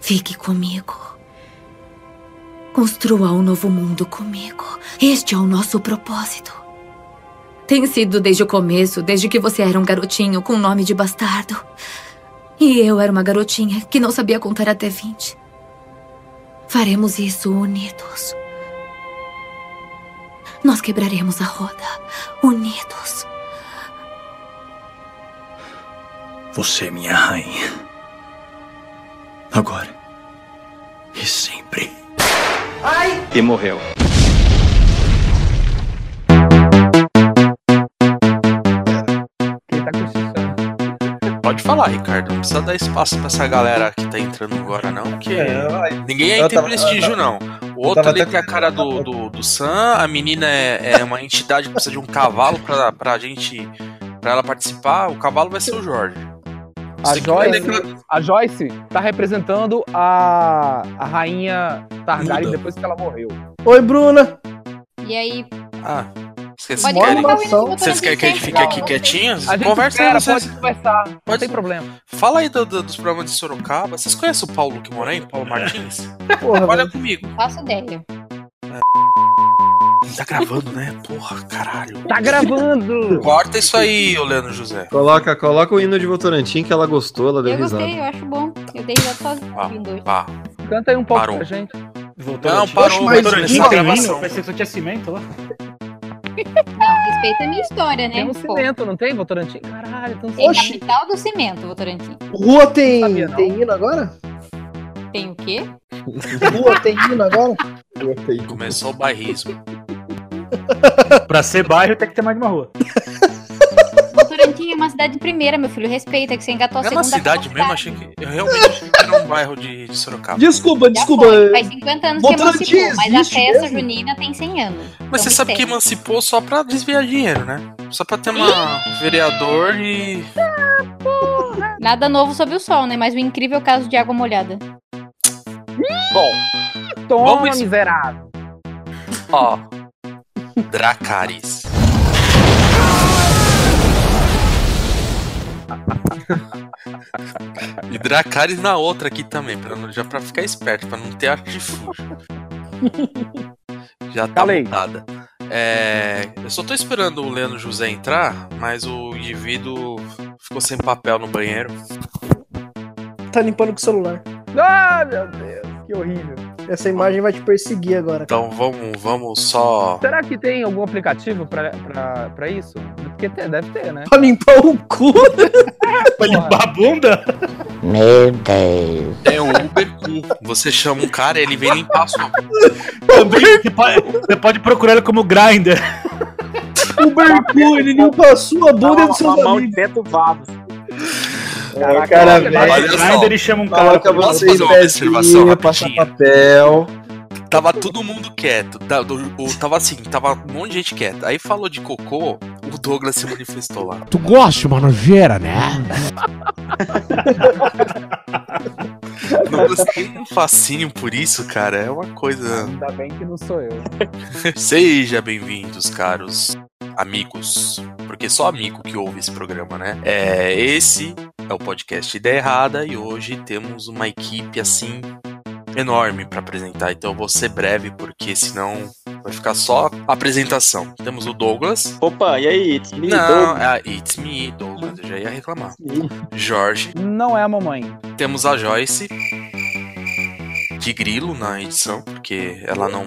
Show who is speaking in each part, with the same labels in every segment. Speaker 1: Fique comigo. Construa um novo mundo comigo. Este é o nosso propósito. Tem sido desde o começo, desde que você era um garotinho com nome de bastardo. E eu era uma garotinha que não sabia contar até 20. Faremos isso unidos. Nós quebraremos a roda, unidos.
Speaker 2: Você é minha rainha. Agora. E sempre. Ai! E morreu.
Speaker 3: Quem tá com isso?
Speaker 4: Pode falar, Ricardo. Não precisa dar espaço pra essa galera que tá entrando agora, não. Que
Speaker 3: É, ai,
Speaker 4: ninguém aí
Speaker 3: eu
Speaker 4: tem
Speaker 3: tava-
Speaker 4: prestígio,
Speaker 3: eu
Speaker 4: não. O outro
Speaker 3: tava
Speaker 4: ali
Speaker 3: até
Speaker 4: tem a cara do, do, do Sam, a menina é, é uma entidade que precisa de um cavalo pra, pra gente. Pra ela participar, o cavalo vai ser o Jorge.
Speaker 3: A
Speaker 4: Você que vai
Speaker 3: Joyce-
Speaker 4: decla-
Speaker 3: A Joyce tá representando a, a rainha Targaryen
Speaker 2: Muda.
Speaker 3: depois que ela morreu.
Speaker 5: Oi, Bruna.
Speaker 6: E aí,
Speaker 4: Ah, vocês
Speaker 6: pode
Speaker 4: querem.
Speaker 5: arrumar.
Speaker 4: Vocês querem que a gente fique aqui quietinho?
Speaker 3: A gente
Speaker 4: Conversa aí,
Speaker 3: espera,
Speaker 4: vocês.
Speaker 3: pode conversar, não
Speaker 4: Pode-
Speaker 3: tem problema.
Speaker 4: Fala aí do- do- dos programas de Sorocaba. Vocês conhecem o Paulo que mora aí, Paulo
Speaker 3: É.
Speaker 4: Martins?
Speaker 5: Porra,
Speaker 4: Olha comigo.
Speaker 6: Faço ideia.
Speaker 4: Tá gravando, né? Porra, caralho.
Speaker 3: Tá gravando!
Speaker 4: Corta isso aí, ô Leandro José.
Speaker 5: Coloca, coloca o hino de Votorantim que ela gostou, ela deu
Speaker 6: Eu
Speaker 5: risada.
Speaker 6: gostei, eu acho bom. Eu dei já sozinho
Speaker 4: Ah.
Speaker 6: ouvindo hoje.
Speaker 4: Pá.
Speaker 3: Canta aí um pouco
Speaker 4: Parou.
Speaker 3: pra gente.
Speaker 4: Não, parou, vai
Speaker 7: mas
Speaker 4: começar
Speaker 7: não
Speaker 4: a
Speaker 7: tem
Speaker 4: gravação.
Speaker 7: hino, Pensei que só tinha cimento lá.
Speaker 6: Não,
Speaker 4: ah.
Speaker 6: respeita a minha história, né?
Speaker 3: Tem um
Speaker 6: Pô,
Speaker 3: cimento, não tem, Votorantim? Caralho, tem um
Speaker 6: tem
Speaker 3: cimento.
Speaker 5: Oxi.
Speaker 6: capital do cimento, Votorantim.
Speaker 5: Rua tem,
Speaker 3: Sabia, não.
Speaker 5: tem hino agora?
Speaker 6: Tem o quê?
Speaker 5: Rua tem hino agora?
Speaker 4: assim Começou o bairrismo.
Speaker 7: Pra ser bairro tem que ter mais de uma rua.
Speaker 6: Votorantim é uma cidade de primeira, meu filho. Respeita que você engatou a
Speaker 4: É
Speaker 6: segunda.
Speaker 4: uma cidade mesmo, achei que. Eu realmente achei que era um bairro de, de Sorocaba.
Speaker 5: Desculpa,
Speaker 6: Já
Speaker 5: desculpa. é-
Speaker 6: foi, Faz 50 anos que
Speaker 5: Votorantim
Speaker 6: emancipou, mas a
Speaker 5: existe
Speaker 6: festa
Speaker 5: mesmo?
Speaker 6: junina tem 100 anos.
Speaker 4: Mas você sabe que emancipou só pra desviar dinheiro, né? Só pra ter uma vereador e.
Speaker 6: Nada novo sob o sol, né? Mas o incrível caso de água molhada.
Speaker 4: Bom,
Speaker 3: Toma,
Speaker 4: Vamos-
Speaker 3: miserável.
Speaker 4: ó. Dracarys. E Dracarys na outra aqui também, pra, não- já pra ficar esperto, pra não ter artifúgio. Já tá
Speaker 3: Falei.
Speaker 4: montada. É, eu só tô esperando o Leandro José entrar, mas o indivíduo ficou sem papel no banheiro.
Speaker 5: Tá limpando com o celular.
Speaker 3: Ah, meu Deus, que horrível.
Speaker 5: Essa imagem vai te perseguir agora.
Speaker 4: Então vamos, vamos só.
Speaker 3: Será que tem algum aplicativo pra, pra, pra isso? Porque te- deve ter, né?
Speaker 5: Pra limpar o cu.
Speaker 7: Pra limpar a bunda?
Speaker 8: Meu Deus.
Speaker 4: É um Uber Pool. Você chama um cara, ele vem limpar a sua
Speaker 7: Também. Você pode, você pode procurar ele como grinder.
Speaker 5: O Bercu, ele limpa a sua bunda e do seu amigo.
Speaker 3: dentro do vaso.
Speaker 5: Caraca, cara,
Speaker 4: Olha
Speaker 5: velho.
Speaker 4: só.
Speaker 7: grinder e chama um cara.
Speaker 5: Coloca
Speaker 7: pra-
Speaker 4: posso
Speaker 5: vocês
Speaker 4: fazer uma observação
Speaker 5: pezinho, passar
Speaker 4: rapidinha?
Speaker 5: papel.
Speaker 4: Tava todo mundo quieto. tá- do- o- Tava assim, tava um monte de gente quieta. Aí falou de cocô, o Douglas se manifestou lá.
Speaker 9: Tu gosta, mano? Gera, né?
Speaker 4: O Douglas tem um fascínio por isso, cara. É uma coisa.
Speaker 3: Ainda bem que não sou eu.
Speaker 4: Seja bem-vindos, caros amigos. Porque só amigo que ouve esse programa, né? É, esse é o podcast Ideia Errada e hoje temos uma equipe assim enorme pra apresentar. Então eu vou ser breve porque senão vai ficar só apresentação. Temos o Douglas.
Speaker 10: Opa, e aí? It's me,
Speaker 4: Não,
Speaker 10: Douglas.
Speaker 4: é a It's Me, Douglas, eu já ia reclamar. Jorge,
Speaker 3: Não é a mamãe.
Speaker 4: temos a Joyce de grilo na edição, porque ela não.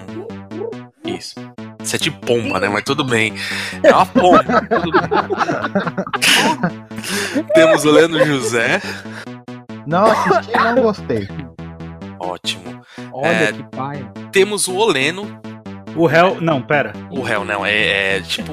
Speaker 4: Isso. Isso é de pomba, né? Mas tudo bem. É uma pomba. tudo bem. temos o Leandro José.
Speaker 11: Não assisti e não gostei.
Speaker 4: Ótimo.
Speaker 3: Olha
Speaker 4: É.
Speaker 3: que pai.
Speaker 4: Temos o Oleno.
Speaker 7: O réu. Não, pera.
Speaker 4: O réu, não. É, é, tipo.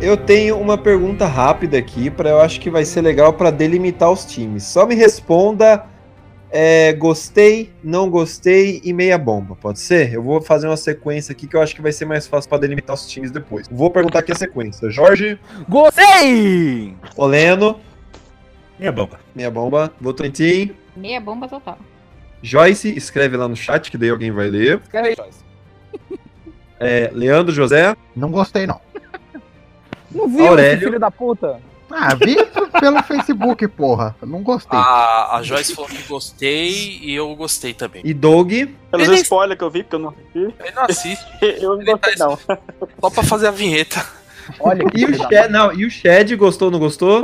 Speaker 5: Eu tenho uma pergunta rápida aqui, para eu acho que vai ser legal para delimitar os times. Só me responda é, gostei, não gostei e meia bomba, pode ser? Eu vou fazer uma sequência aqui que eu acho que vai ser mais fácil para delimitar os times depois. Vou perguntar aqui a sequência. Jorge,
Speaker 7: Gostei!
Speaker 5: Oleno,
Speaker 7: Meia bomba.
Speaker 5: meia bomba, Votorantim,
Speaker 6: Meia bomba total.
Speaker 5: Joyce, escreve lá no chat que daí alguém vai ler.
Speaker 3: Escreve aí, Joyce.
Speaker 5: É, Leandro José.
Speaker 11: Não gostei, não.
Speaker 3: Não viu esse
Speaker 5: Aurélio.
Speaker 3: filho da puta?
Speaker 11: Ah, vi pelo Facebook, porra. Eu não gostei.
Speaker 4: A, a Joyce falou que gostei e eu gostei também.
Speaker 5: E Doug.
Speaker 12: Pelos
Speaker 4: Ele-
Speaker 12: spoilers que eu vi, porque eu não assisti.
Speaker 4: Ele não assiste. tá
Speaker 12: eu não gostei, não.
Speaker 4: Só pra fazer a vinheta.
Speaker 3: Olha
Speaker 5: E o Shed, não, e o Shed gostou, não gostou?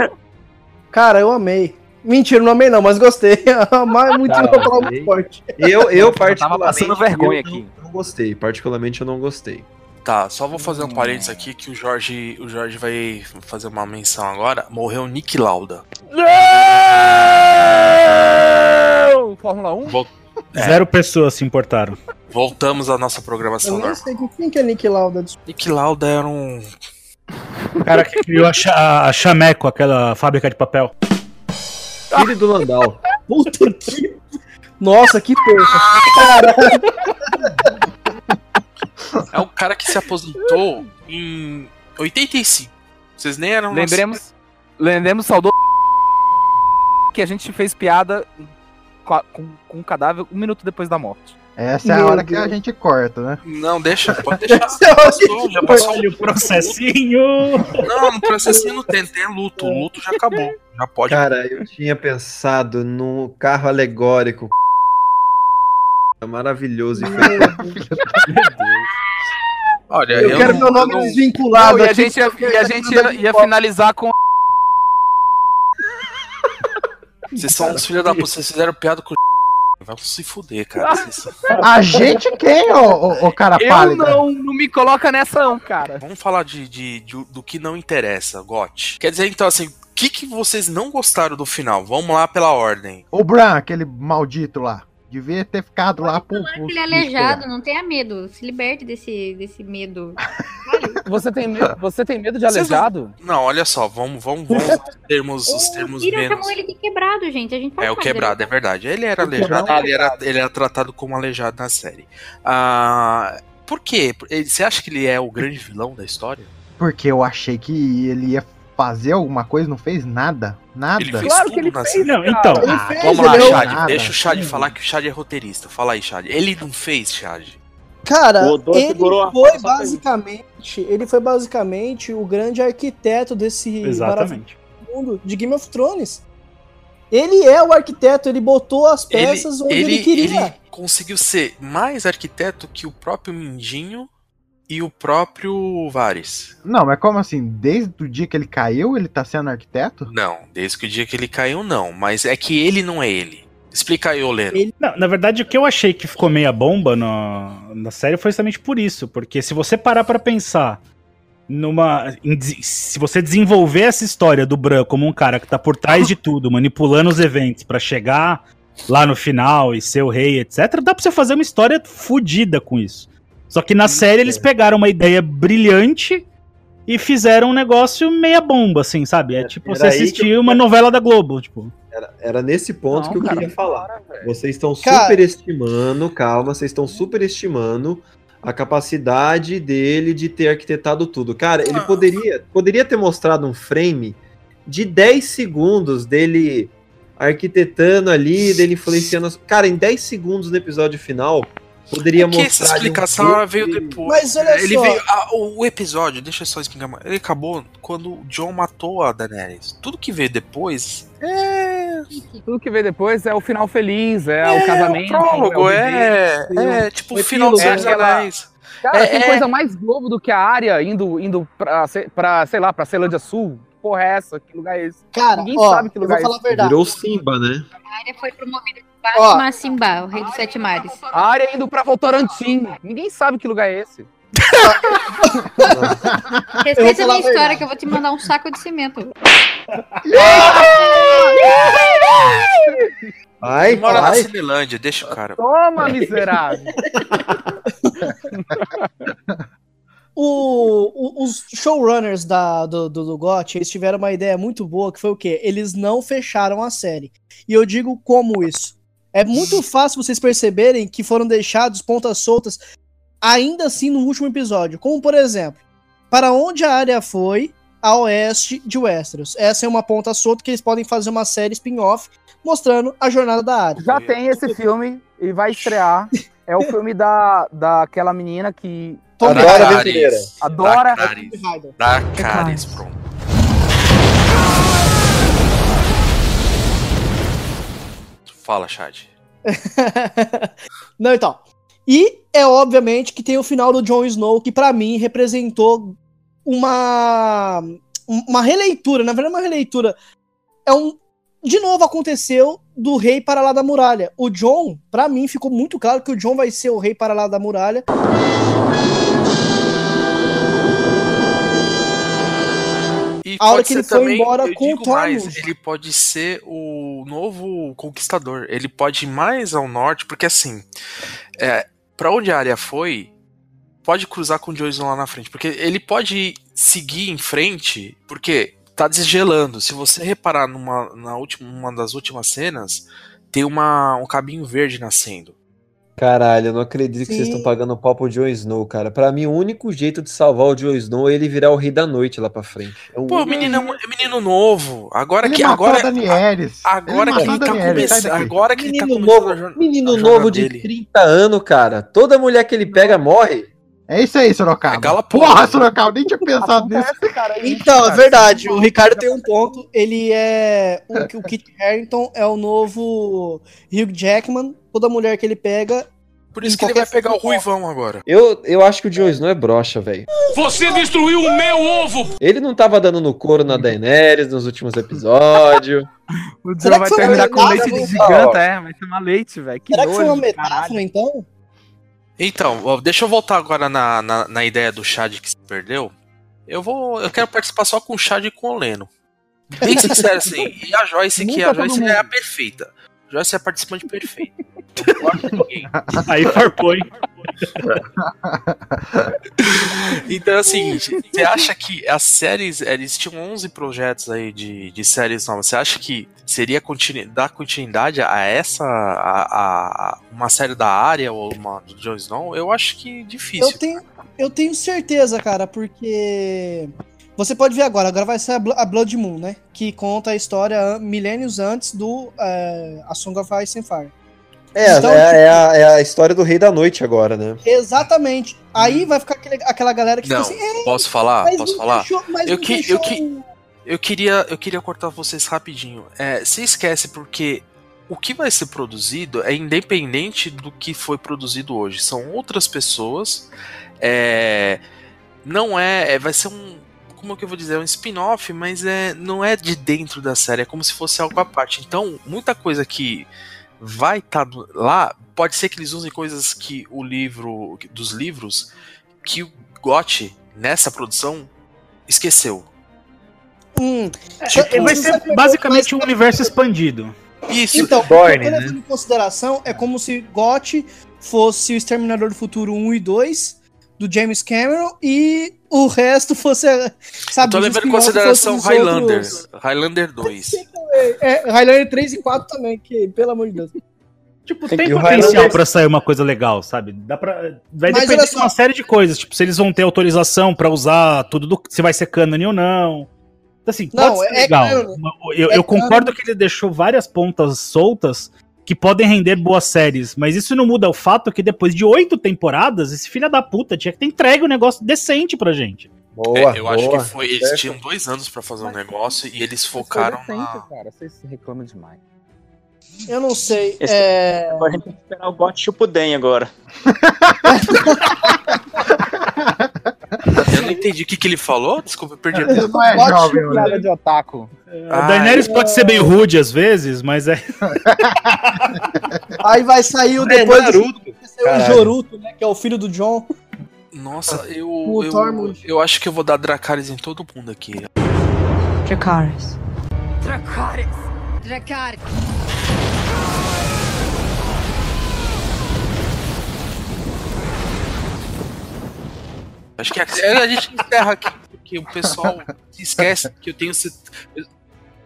Speaker 10: Cara, eu amei. Mentira, não amei não, mas gostei. Amar é muito
Speaker 5: Cara,
Speaker 10: uma palavra
Speaker 5: amei.
Speaker 10: muito forte.
Speaker 5: Eu, eu
Speaker 7: Eu tava
Speaker 5: particularmente.
Speaker 7: passando vergonha
Speaker 5: eu não-
Speaker 7: aqui.
Speaker 5: Não gostei, particularmente eu não gostei.
Speaker 4: Tá, só vou fazer um parênteses aqui que o Jorge, o Jorge vai fazer uma menção agora. Morreu Nick Lauda.
Speaker 3: Não! Fórmula 1?
Speaker 4: Vol-
Speaker 7: Zero pessoas se importaram.
Speaker 4: voltamos à nossa
Speaker 10: Eu
Speaker 4: programação
Speaker 10: nem
Speaker 12: Uhum.
Speaker 4: normal.
Speaker 10: sei que- quem que é Nick Lauda.
Speaker 4: Nick Lauda era um.
Speaker 7: O cara que criou a, cha- a Chameco, aquela fábrica de papel. Ah.
Speaker 5: Filho do Landau.
Speaker 10: Puta que... Nossa, que perca. Caralho.
Speaker 4: É o cara que se aposentou em 85. Vocês nem eram
Speaker 3: Lembremos, lembremos saudou que a gente fez piada com, a- com, com o cadáver um minuto depois da morte.
Speaker 11: Essa é a
Speaker 10: Meu
Speaker 11: hora que a
Speaker 10: Deus.
Speaker 11: gente corta, né?
Speaker 4: nascidos. Não, deixa, pode deixar.
Speaker 10: Essa hora que
Speaker 4: Passou, já passou.
Speaker 7: Olha o processinho!
Speaker 4: Não, no processinho não tem, tem luto. O luto já acabou. Já pode.
Speaker 5: Cara, eu tinha pensado num carro alegórico. É Maravilhoso. e foi-
Speaker 4: Olha,
Speaker 10: Eu quero
Speaker 4: não-
Speaker 10: meu nome
Speaker 4: eu não-
Speaker 10: desvinculado
Speaker 3: Não, e a
Speaker 10: aqui,
Speaker 3: gente ia,
Speaker 10: porque
Speaker 3: e a
Speaker 10: tá
Speaker 3: gente
Speaker 10: tudo
Speaker 3: ia, ia finalizar com
Speaker 4: Vocês são uns filhos da puta, vocês fizeram piada com o. Vai se fuder, cara. Vocês-
Speaker 11: A gente quem, ô, ô, ô cara
Speaker 3: Eu
Speaker 11: pálida?
Speaker 3: não, não me coloca nessa não, cara.
Speaker 4: Vamos falar de, de- de- do que não interessa, Got. Quer dizer, então, assim, o que, que vocês não gostaram do final? Vamos lá pela ordem.
Speaker 11: O Bran, aquele maldito lá. Devia ter ficado lá por.
Speaker 6: Ele é aleijado, não tenha medo. Se liberte desse, desse medo.
Speaker 3: Você tem medo, você tem medo de
Speaker 4: Vocês não-
Speaker 3: aleijado?
Speaker 4: Não, olha só, vamos, vamos, vamos os termos, os termos
Speaker 6: Ira
Speaker 4: menos.
Speaker 6: chamou ele de quebrado, gente. A gente pode
Speaker 4: É o
Speaker 6: falar dele.
Speaker 4: quebrado, é verdade. Ele era
Speaker 6: O quebrado
Speaker 4: aleijado,
Speaker 6: é
Speaker 4: ele era, ele era tratado como aleijado na série. Ah, por quê? Ele- Você acha que ele é o grande vilão da história?
Speaker 11: Porque eu achei que ele ia fazer alguma coisa, não fez nada. Nada.
Speaker 4: Ele fez tudo na série.
Speaker 11: Não, então. Ele
Speaker 4: Ah,
Speaker 11: fez,
Speaker 4: vamos lá,
Speaker 11: ele é o-
Speaker 4: Chad.
Speaker 11: nada.
Speaker 4: Deixa o Chad falar que o Chad é roteirista. Fala aí, Chad. Ele não fez, Chad.
Speaker 10: Cara,
Speaker 4: O Odô
Speaker 10: ele
Speaker 4: segurou a
Speaker 10: foi basicamente, ele foi basicamente o grande arquiteto desse
Speaker 7: Exatamente.
Speaker 10: maravilhoso mundo de Game of Thrones. Ele é o arquiteto, ele botou as
Speaker 4: Ele,
Speaker 10: peças onde ele,
Speaker 4: ele,
Speaker 10: queria.
Speaker 4: ele conseguiu ser mais arquiteto que o próprio Mindinho e o próprio Vares.
Speaker 11: Não, mas como assim? Desde o dia que ele caiu, ele tá sendo arquiteto?
Speaker 4: Não, desde que o dia que ele caiu, não. Mas é que ele não é ele. Explica aí, Oleno.
Speaker 7: Não, na verdade, o que eu achei que ficou meia bomba na, na série foi justamente por isso. Porque se você parar pra pensar numa. em des- se você desenvolver essa história do Bran como um cara que tá por trás de tudo, manipulando os eventos pra chegar lá no final e ser o rei, etc., dá pra você fazer uma história fodida com isso. Só que na série
Speaker 5: É.
Speaker 7: eles pegaram uma ideia brilhante e fizeram um negócio meia bomba, assim, sabe? É tipo
Speaker 5: era
Speaker 7: você
Speaker 5: aí que
Speaker 7: assistir uma novela da Globo, tipo.
Speaker 5: Era, era nesse ponto
Speaker 7: Não,
Speaker 5: que eu
Speaker 7: cara,
Speaker 5: queria falar. vocês estão
Speaker 7: Cara-
Speaker 5: superestimando, calma, vocês
Speaker 4: Hum.
Speaker 5: estão superestimando a capacidade dele de ter arquitetado tudo. Cara,
Speaker 4: Ah.
Speaker 5: ele poderia, poderia ter mostrado um frame de 10 segundos dele arquitetando ali, dele influenciando. as- Cara, em 10 segundos no episódio final, poderia
Speaker 4: Porque
Speaker 5: mostrar.
Speaker 4: É essa
Speaker 5: ali um
Speaker 4: explicação
Speaker 5: pouco
Speaker 4: ela veio
Speaker 5: de-
Speaker 4: depois.
Speaker 5: Mas olha
Speaker 4: ele
Speaker 5: só.
Speaker 4: Veio, ah, o o episódio, deixa eu só explicar mais. Ele acabou quando o John matou a Daenerys. Tudo que veio depois É.
Speaker 3: Tudo que veio depois é o final feliz, é,
Speaker 4: É,
Speaker 3: o casamento.
Speaker 4: o prólogo, é-
Speaker 3: bebê.
Speaker 4: é, tipo, o final do
Speaker 3: epílogo,
Speaker 4: Senhor dos
Speaker 3: aquela-
Speaker 4: Anéis.
Speaker 3: Cara,
Speaker 4: É,
Speaker 3: tem
Speaker 4: é-
Speaker 3: coisa mais globo do que a área indo, indo pra, sei- pra, sei lá, pra Ceilândia Sul? Que Porra, é essa? Que lugar é esse?
Speaker 10: Cara,
Speaker 3: Ninguém
Speaker 10: ó,
Speaker 3: sabe que
Speaker 10: eu
Speaker 3: lugar
Speaker 10: vou falar
Speaker 3: é
Speaker 10: a
Speaker 3: esse.
Speaker 10: verdade.
Speaker 5: Virou Simba, né?
Speaker 6: A área foi promovida por Batman a Simba, o rei dos sete mares.
Speaker 3: A área indo pra Votorantim. Ninguém sabe que lugar é esse. Eu
Speaker 6: Respeita
Speaker 3: vou falar
Speaker 6: a minha
Speaker 3: a
Speaker 6: história
Speaker 3: verdade.
Speaker 6: que eu vou te mandar um saco de cimento.
Speaker 5: Ai,
Speaker 4: Ele mora na
Speaker 5: ai.
Speaker 4: Cinelândia, deixa o cara.
Speaker 3: Toma, miserável!
Speaker 10: O- o- os showrunners da, do, do, do GOT, eles tiveram uma ideia muito boa, que foi o quê? Eles não fecharam a série. E eu digo como isso. É muito fácil vocês perceberem que foram deixados pontas soltas, ainda assim no último episódio. Como, por exemplo, para onde a área foi a oeste de Westeros. Essa é uma ponta solta que eles podem fazer uma série spin-off mostrando a jornada da área.
Speaker 3: Já tem esse filme e vai estrear. É o filme da, daquela menina que.
Speaker 4: Adora Da Caris. Aventureira.
Speaker 3: Adora.
Speaker 4: Da Caris. Da Caris, pronto. Fala, Chad.
Speaker 10: Não, então. E é obviamente que tem o final do Jon Snow, que pra mim representou uma uma releitura, na verdade uma releitura. É um de novo aconteceu do rei para lá da muralha. O Jon, pra mim ficou muito claro que o Jon vai ser o rei para lá da muralha.
Speaker 4: E
Speaker 10: A hora
Speaker 4: pode
Speaker 10: que ele
Speaker 4: ser
Speaker 10: foi
Speaker 4: também,
Speaker 10: embora
Speaker 4: eu
Speaker 10: com o
Speaker 4: digo
Speaker 10: Tom
Speaker 4: mais,
Speaker 10: Hanks.
Speaker 4: ele pode ser o novo conquistador. Ele pode ir mais ao norte, porque assim, é, para onde a área foi, pode cruzar com o Joyson lá na frente, porque ele pode seguir em frente, porque tá desgelando. Se você reparar numa na última uma das últimas cenas, tem uma, um cabinho verde nascendo.
Speaker 5: Caralho, eu não acredito que vocês
Speaker 4: Sim.
Speaker 5: estão pagando pau pro Jon Snow, cara. Pra mim, o único jeito de salvar o Jon Snow é ele virar o Rei da Noite lá pra frente. É o
Speaker 4: Pô, o
Speaker 5: único-
Speaker 4: menino, é um- é menino novo. Agora
Speaker 5: Ele
Speaker 4: que
Speaker 5: matou
Speaker 4: agora
Speaker 5: a
Speaker 11: É
Speaker 5: Daenerys.
Speaker 4: agora
Speaker 5: Ele
Speaker 4: que
Speaker 5: matou
Speaker 4: ele
Speaker 5: a
Speaker 4: tá
Speaker 5: Daenerys, sai
Speaker 4: começando,
Speaker 5: daqui.
Speaker 4: agora que ele tá
Speaker 5: Menino
Speaker 4: começando a
Speaker 5: novo,
Speaker 4: jornada.
Speaker 5: menino novo de 30 anos, cara. Toda mulher que ele pega morre.
Speaker 11: É isso aí, Sorocaba.
Speaker 4: Cala
Speaker 11: Porra, Sorocaba, nem tinha pensado nisso.
Speaker 10: Então, é verdade, o Ricardo tem um ponto, ele é o, o Kit Harington é o novo Hugh Jackman, toda mulher que ele pega
Speaker 4: Por isso que ele vai pegar o Ruivão agora.
Speaker 5: Eu, eu acho que o Jon Snow é broxa, velho.
Speaker 13: Você destruiu o meu ovo!
Speaker 5: Ele não tava dando no couro na Daenerys nos últimos episódios.
Speaker 3: O
Speaker 10: Será
Speaker 3: John vai
Speaker 10: que foi uma
Speaker 3: terminar com leite
Speaker 10: metáfora,
Speaker 3: de
Speaker 10: hein?
Speaker 3: giganta, é. Vai chamar leite, velho. Que
Speaker 10: Será que foi uma
Speaker 3: nojo.
Speaker 10: metáfora, então?
Speaker 4: Então, ó, deixa eu voltar agora na, na, na ideia do Chad que se perdeu. Eu vou. Eu quero participar só com o Chad e com o Leno. Bem sincero, assim, e a Joyce, que
Speaker 13: Nunca
Speaker 4: a
Speaker 13: todo
Speaker 4: Joyce
Speaker 13: mundo.
Speaker 4: é a perfeita. Joyce é a participante perfeita.
Speaker 7: Aí farpou, hein?
Speaker 4: Então é o seguinte, você acha que as séries, eles tinham 11 projetos aí de, de séries novas, você acha que seria continu dar continuidade a essa, a, a- a uma série da área ou uma do Jon Snow? Eu acho que difícil.
Speaker 10: Eu tenho, eu tenho certeza, cara, porque. Você pode ver agora, agora vai ser a Blo- a Blood Moon, né? Que conta a história an- milênios antes do eh, A Song of Ice and Fire.
Speaker 5: É,
Speaker 10: Então,
Speaker 5: é,
Speaker 10: tipo-
Speaker 5: é a, é a história do Rei da Noite agora, né?
Speaker 13: É,
Speaker 10: Exatamente. Aí vai ficar aquele- aquela galera que
Speaker 4: Hum. Não,
Speaker 10: fica assim, "É,
Speaker 4: posso falar?
Speaker 10: mas
Speaker 4: Posso
Speaker 10: não
Speaker 4: falar?
Speaker 10: fechou- mas
Speaker 4: Eu
Speaker 10: não
Speaker 4: que- eu
Speaker 10: fechou um,
Speaker 4: que-
Speaker 10: o-
Speaker 4: Eu queria, eu queria cortar vocês rapidinho. É, se esquece porque o que vai ser produzido é independente do que foi produzido hoje. São outras pessoas. É, não é, é- vai ser um, como que eu vou dizer, É um spin-off, mas é, não é de dentro da série. É como se fosse algo à parte. Então, muita coisa que vai estar lá pode ser que eles usem coisas que o livro, dos livros, que o Gotti nessa produção esqueceu.
Speaker 10: Hum,
Speaker 7: É, vai ser basicamente um universo expandido.
Speaker 4: Isso,
Speaker 10: Então, eu
Speaker 7: Borne,
Speaker 10: tô
Speaker 7: né?
Speaker 10: levando em consideração, é como se GOT fosse o Exterminador do Futuro 1 e 2 do James Cameron e o resto fosse, sabe,
Speaker 4: Tô
Speaker 10: os
Speaker 4: levando em
Speaker 10: spin-offs
Speaker 4: consideração
Speaker 10: fossem os
Speaker 4: Highlander.
Speaker 10: outros-
Speaker 4: Highlander 2.
Speaker 10: É, é, Highlander 3 e 4 também, que pelo amor de Deus.
Speaker 7: Tipo,
Speaker 10: tem,
Speaker 7: Tem potencial pra sair uma coisa legal, sabe? Dá pra...
Speaker 10: Mas
Speaker 7: Vai depender
Speaker 10: olha
Speaker 7: de uma série de coisas. Tipo, se eles vão ter autorização pra usar tudo do... Se vai ser cânone ou não. Então, Assim, pode
Speaker 10: Não,
Speaker 7: ser
Speaker 10: é
Speaker 7: legal.
Speaker 10: cânone.
Speaker 7: Eu,
Speaker 10: É
Speaker 7: eu concordo
Speaker 10: cânone.
Speaker 7: que ele deixou várias pontas soltas que podem render boas séries, mas isso não muda o fato que depois de oito temporadas, esse filho da puta tinha que ter entregue um negócio decente pra gente.
Speaker 4: É, eu acho que foi. Eles tinham dois anos pra fazer um negócio e eles focaram na.
Speaker 3: cara. Vocês reclamam demais.
Speaker 10: Eu não sei.
Speaker 12: Esse-
Speaker 10: é,
Speaker 12: Agora a gente tem que esperar o bote Chupudem agora.
Speaker 4: Eu não entendi o que, que ele falou, desculpa, eu perdi a
Speaker 7: Não é
Speaker 4: Bote
Speaker 7: jovem,
Speaker 4: chupudem.
Speaker 7: né?
Speaker 14: de otaku.
Speaker 7: a Daenerys pode ser meio rude às vezes, mas é.
Speaker 10: Aí vai sair o depois do- vai sair o
Speaker 7: Caralho.
Speaker 10: Joruto, né, que é o filho do John.
Speaker 4: Nossa, eu,
Speaker 10: O
Speaker 4: eu,
Speaker 10: Tormund.
Speaker 4: eu acho que eu vou dar Dracarys em todo mundo aqui.
Speaker 14: Dracarys.
Speaker 13: Dracarys.
Speaker 15: Dracarys.
Speaker 4: Acho que a, é, a gente encerra aqui, porque o pessoal se esquece que eu tenho set-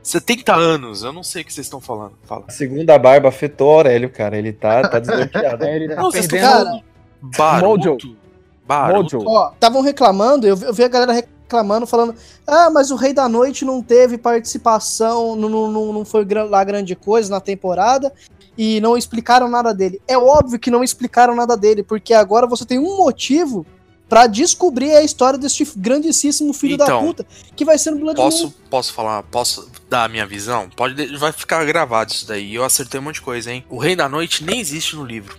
Speaker 4: 70 anos, eu não sei o que vocês estão falando. Fala.
Speaker 5: A segunda barba afetou o Aurélio, cara. Ele tá, tá desbloqueado.
Speaker 4: É, ele tá
Speaker 5: Não, vocês
Speaker 4: perdendo-
Speaker 5: estão-
Speaker 10: Cara,
Speaker 4: Baruto. Baruto.
Speaker 10: Ó, estavam reclamando, eu vi, eu vi a galera reclamando, falando: ah, mas o Rei da Noite não teve participação, não, não, não, não foi gran- lá grande coisa na temporada e não explicaram nada dele. É óbvio que não explicaram nada dele, porque agora você tem um motivo pra descobrir a história deste grandíssimo filho da
Speaker 4: Então,
Speaker 10: puta que vai ser no Blood
Speaker 4: Posso,
Speaker 10: Moon.
Speaker 4: posso falar, posso dar a minha visão? Pode, de- vai ficar gravado isso daí. Eu acertei um monte de coisa, hein? O Rei da Noite nem existe no livro.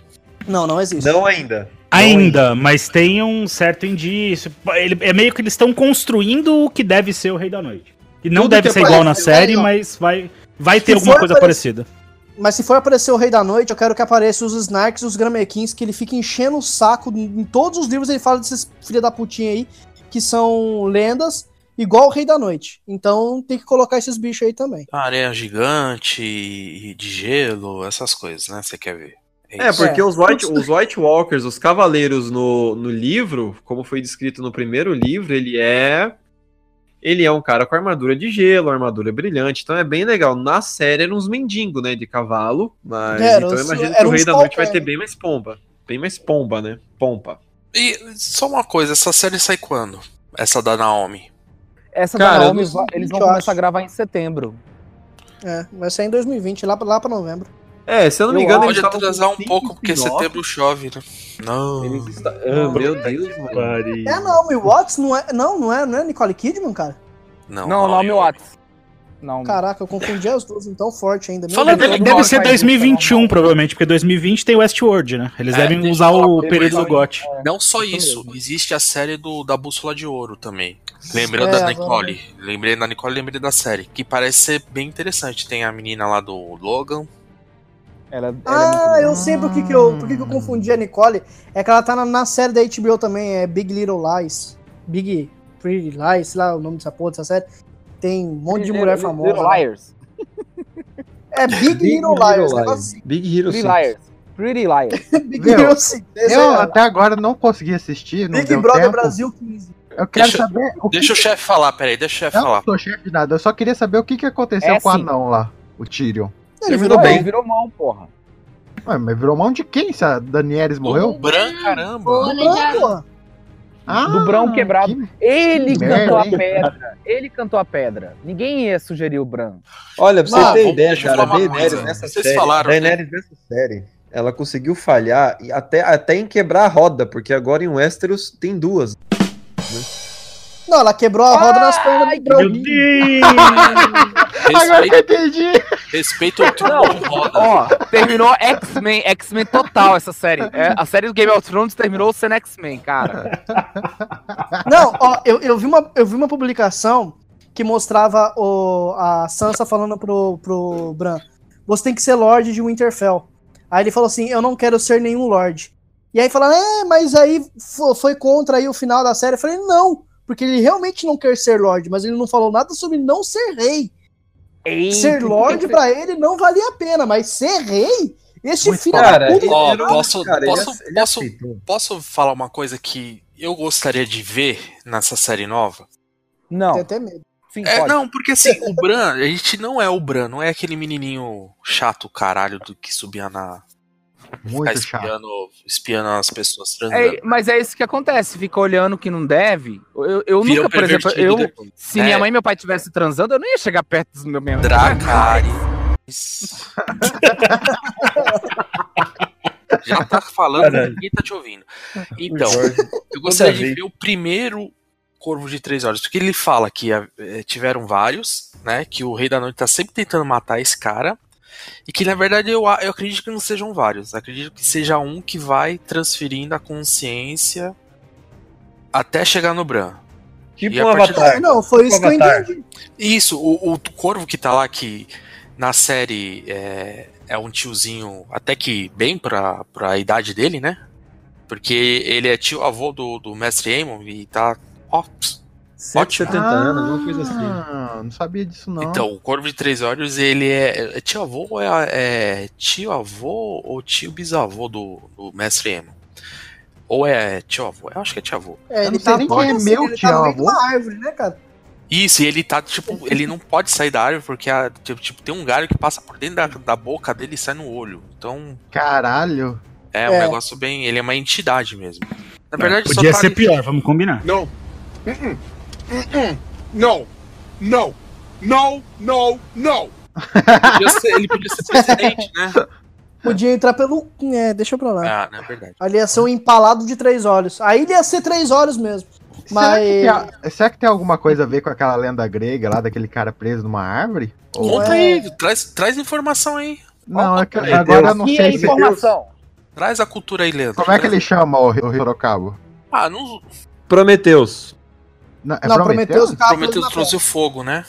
Speaker 10: Não, não existe.
Speaker 5: Não ainda.
Speaker 7: Ainda, mas tem um certo indício. Ele- é meio que eles estão construindo o que deve ser o Rei da Noite. E não
Speaker 10: Tudo
Speaker 7: deve
Speaker 10: que
Speaker 7: ser igual na
Speaker 10: aparece, vai,
Speaker 7: série,
Speaker 10: ó.
Speaker 7: mas vai, vai ter
Speaker 10: Se
Speaker 7: alguma
Speaker 10: for
Speaker 7: coisa
Speaker 10: aparecer-
Speaker 7: parecida.
Speaker 10: Mas se for aparecer o Rei da Noite, eu quero que apareça os Snarks e os Gramequins, que ele fica enchendo o saco. Em todos os livros ele fala desses filha da putinha aí, que são lendas, igual o Rei da Noite. Então tem que colocar esses bichos aí também.
Speaker 4: Areia gigante, e de gelo, essas coisas, né? Você quer ver?
Speaker 5: É,
Speaker 4: isso.
Speaker 5: porque os White, os White Walkers, os Cavaleiros no, no livro, como foi descrito no primeiro livro, ele é. Ele é um cara com armadura de gelo, armadura brilhante, então é bem legal. Na série era uns mendigos, né? De cavalo. Mas
Speaker 4: É, Era
Speaker 5: então eu
Speaker 4: uns-
Speaker 5: imagino que
Speaker 4: era um
Speaker 5: o Rei
Speaker 4: uns
Speaker 5: da Noite vai
Speaker 4: qualquer.
Speaker 5: ter bem mais pomba. Bem mais pomba, né? Pompa.
Speaker 4: E só uma coisa, essa série sai quando? Essa da Naomi.
Speaker 14: Essa
Speaker 4: Cara,
Speaker 14: da
Speaker 4: eu
Speaker 14: Naomi,
Speaker 4: não-
Speaker 14: va- eles vão
Speaker 10: eu
Speaker 14: começar
Speaker 10: acho.
Speaker 14: a gravar em setembro.
Speaker 10: É, vai sair em 2020, lá, pra- lá pra novembro.
Speaker 5: É, se eu
Speaker 10: não me engano,
Speaker 4: pode
Speaker 10: eles tavam
Speaker 4: atrasar
Speaker 10: com
Speaker 4: um
Speaker 10: cinco
Speaker 4: pouco, porque
Speaker 10: spin-off.
Speaker 4: setembro chove, né? Não.
Speaker 5: Ah, meu Deus,
Speaker 7: mano.
Speaker 10: É não, o Watts não é. Não, não é, não é Nicole Kidman, cara?
Speaker 4: Não,
Speaker 14: não, Naomi Watts. Não.
Speaker 10: Caraca, eu confundi as duas, então forte ainda. Meu
Speaker 7: Deve-
Speaker 10: Deus.
Speaker 7: deve ser 2021, provavelmente, porque 2020 tem Westworld, né? Eles
Speaker 4: É,
Speaker 7: devem
Speaker 4: deixa
Speaker 7: usar
Speaker 4: eu falar
Speaker 7: o
Speaker 4: pra
Speaker 7: período
Speaker 4: vocês.
Speaker 7: do GOT.
Speaker 4: Não só isso, existe a série do, da Bússola de Ouro também.
Speaker 7: É,
Speaker 4: Lembrando da
Speaker 7: agora-
Speaker 4: Nicole. Lembrei da Nicole, lembrei da série. Que parece ser bem interessante. Tem a menina lá do Logan.
Speaker 14: Ela, é
Speaker 10: Ah, eu sei por que, que eu, por que que eu confundi a Nicole. É que ela tá na, na série da HBO também, é Big Little Lies. Big Pretty Lies, sei lá o nome dessa porra dessa série. Tem um monte de
Speaker 14: Little-
Speaker 10: mulher
Speaker 14: Little
Speaker 10: famosa.
Speaker 14: Liars.
Speaker 10: É Big, Little Liars, negócio assim.
Speaker 5: Big Hero
Speaker 14: Free
Speaker 5: Six.
Speaker 14: Liars. Pretty Liars.
Speaker 11: Meu, eu até agora não consegui assistir. Não
Speaker 10: é Big
Speaker 11: deu
Speaker 10: Brother
Speaker 11: tempo.
Speaker 10: Brasil 15.
Speaker 11: Eu quero
Speaker 4: Deixa-
Speaker 11: saber. O que
Speaker 4: Deixa o chefe falar, peraí, deixa o chefe
Speaker 11: Eu não
Speaker 4: falar.
Speaker 11: sou chefe de nada, eu só queria saber o que, que aconteceu
Speaker 4: É
Speaker 11: com o
Speaker 4: sim.
Speaker 11: anão lá, o Tyrion.
Speaker 4: Ele virou bem.
Speaker 14: virou mão, porra.
Speaker 11: Ué, mas virou mão de quem? Se a Danielis morreu?
Speaker 4: Branco, caramba.
Speaker 14: do Brão quebrado. ele
Speaker 11: que
Speaker 14: cantou
Speaker 11: merda,
Speaker 14: a
Speaker 11: hein?
Speaker 14: pedra. Ele cantou a pedra. Ninguém ia sugerir o Bran.
Speaker 5: Olha, pra vocês
Speaker 14: Ah,
Speaker 5: terem
Speaker 14: vamos-
Speaker 5: ideia,
Speaker 14: deixa eu
Speaker 5: cara, a
Speaker 14: falar uma
Speaker 5: Daenerys
Speaker 14: coisa.
Speaker 5: nessa
Speaker 14: Vocês
Speaker 5: série,
Speaker 14: falaram, né?
Speaker 5: Daenerys nessa série, ela conseguiu falhar e até, até em quebrar a roda, porque agora em Westeros tem duas.
Speaker 10: Não, ela quebrou a roda nas pernas do Brão.
Speaker 4: Agora
Speaker 11: que eu entendi.
Speaker 4: Respeita o
Speaker 3: Não, ó, terminou X-Men, X-Men total essa série. É, a série do Game of Thrones terminou sendo X-Men, cara.
Speaker 10: Não, ó, eu, eu, vi uma, eu vi uma publicação que mostrava o, a Sansa falando pro, pro Bran: Você tem que ser Lorde de Winterfell. Aí ele falou assim: Eu não quero ser nenhum Lorde. E aí falaram: É, mas aí fo- foi contra aí o final da série. Eu falei: Não, porque ele realmente não quer ser Lorde, mas ele não falou nada sobre não ser rei. ser Lorde pra ele não valia a pena, mas ser rei? Este filho da puta.
Speaker 4: Ó,
Speaker 10: não-
Speaker 4: posso,
Speaker 10: cara, ele
Speaker 4: posso,
Speaker 10: ace- ele
Speaker 4: posso,
Speaker 10: aceitou.
Speaker 4: posso falar uma coisa que eu gostaria de ver nessa série nova?
Speaker 14: Não.
Speaker 10: Tem até medo.
Speaker 4: É, não, porque assim, o Bran, a gente não é o Bran, não é aquele menininho chato caralho do que subia na.
Speaker 11: Muito
Speaker 4: espiando, espiando as pessoas transando.
Speaker 3: É, mas é isso que acontece, fica olhando o que não deve. Eu, eu
Speaker 4: Vira um
Speaker 3: nunca, por exemplo,
Speaker 4: pervertido
Speaker 3: eu,
Speaker 4: depois.
Speaker 3: se
Speaker 4: É.
Speaker 3: minha mãe e meu pai estivessem transando, eu não ia chegar perto dos meus mesmo.
Speaker 4: Dracarys. Já tá falando,
Speaker 3: Caralho.
Speaker 4: ninguém tá te ouvindo. Então,
Speaker 3: Jorge,
Speaker 4: eu gostaria
Speaker 3: toda
Speaker 4: de ver o primeiro Corvo de Três Olhos, porque ele fala que eh, tiveram vários, né? Que o Rei da Noite tá sempre tentando matar esse cara. E que na verdade eu, a- eu acredito que não sejam vários. Acredito que seja um que vai transferindo a consciência até chegar no Bran.
Speaker 5: Tipo
Speaker 4: E a
Speaker 5: um
Speaker 4: partir
Speaker 5: avatar.
Speaker 4: daí-
Speaker 10: Não, foi isso que eu entendi.
Speaker 4: isso, o, o corvo que tá lá, que na série é, é um tiozinho até que bem pra, pra idade dele, né? Porque ele é tio avô do, do mestre Aemon e tá. Ó, pss, ótimo.
Speaker 11: alguma coisa assim. Não sabia disso, não.
Speaker 4: Então, o corvo de três olhos, ele é. é tio avô ou é, é tio avô ou tio bisavô do, do mestre Aemon? Ou é tio avô? Eu acho que é tio avô.
Speaker 10: É, ele
Speaker 11: sei
Speaker 10: tá
Speaker 11: nem
Speaker 10: todo
Speaker 11: quem é
Speaker 10: assim,
Speaker 11: meu
Speaker 10: ele tá no meio de
Speaker 11: tio-avô.
Speaker 10: uma árvore, né, cara?
Speaker 4: Isso, e ele tá, tipo, ele não pode sair da árvore porque a- tipo, tipo, tem um galho que passa por dentro da, da boca dele e sai no olho. Então,
Speaker 11: Caralho.
Speaker 4: é um
Speaker 11: É.
Speaker 4: negócio bem. Ele é uma entidade mesmo. Na verdade,
Speaker 7: Podia
Speaker 4: só tá
Speaker 7: ser
Speaker 4: ali-
Speaker 7: pior, vamos combinar.
Speaker 15: Não. Mm-mm. Mm-mm. Não. Não. Não, não, não.
Speaker 4: Podia ser- ele podia ser presidente, né?
Speaker 10: Podia entrar pelo. É, deixa pra lá.
Speaker 4: Ah, não é verdade.
Speaker 10: Ali ia ser um empalado de três olhos. Aí ele ia ser três olhos mesmo.
Speaker 11: Será, que tem,
Speaker 10: Mas.
Speaker 11: a- será que tem alguma coisa a ver com aquela lenda grega lá daquele cara preso numa árvore? Ou-
Speaker 4: Conta aí, traz, traz informação aí.
Speaker 11: Não, é que
Speaker 4: Meu
Speaker 11: agora
Speaker 4: Deus.
Speaker 11: eu não sei se.
Speaker 4: Traz a cultura aí, Leandro.
Speaker 11: Como é que ele chama o, o Sorocaba?
Speaker 4: Ah, não.
Speaker 5: Prometeus.
Speaker 11: Não, é
Speaker 5: Não,
Speaker 11: Prometeus?
Speaker 5: Prometeus tá-
Speaker 4: Prometeu trouxe o fogo, né?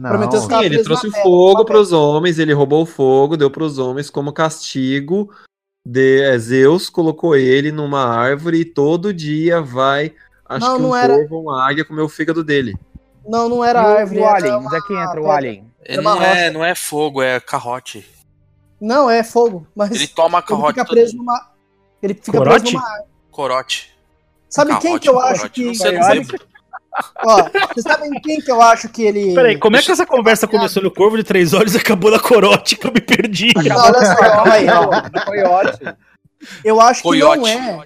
Speaker 11: Prometeus
Speaker 5: Sim, ele trouxe o fogo para os homens, ele roubou o fogo, deu para os homens como castigo. De, é, Zeus colocou ele numa árvore e todo dia vai, acho
Speaker 10: Não,
Speaker 5: que um
Speaker 10: não era-
Speaker 5: corvo, uma águia comer o fígado dele.
Speaker 10: Não, não era
Speaker 14: E o-
Speaker 10: árvore.
Speaker 14: o
Speaker 10: era
Speaker 14: alien?
Speaker 10: uma
Speaker 14: Onde é que entra o
Speaker 10: pedra.
Speaker 14: alien?
Speaker 4: Ele não é, não é fogo, é carrote.
Speaker 10: Não, é fogo. Mas
Speaker 4: Ele toma
Speaker 10: ele
Speaker 4: carrote.
Speaker 10: fica
Speaker 4: todo-
Speaker 10: preso numa. Ele fica preso numa árvore.
Speaker 4: Corote.
Speaker 10: Sabe quem que eu
Speaker 4: Corote,
Speaker 10: acho que.
Speaker 4: Não sei, não lembro.
Speaker 10: Ó, vocês sabem quem que eu acho que ele.
Speaker 7: Peraí, como é que essa conversa começou no Corvo de Três Olhos e acabou na Corótica? Eu me perdi.
Speaker 5: é
Speaker 10: Não, olha só, olha aí, ó. Eu acho que não
Speaker 7: Coiote.
Speaker 10: é.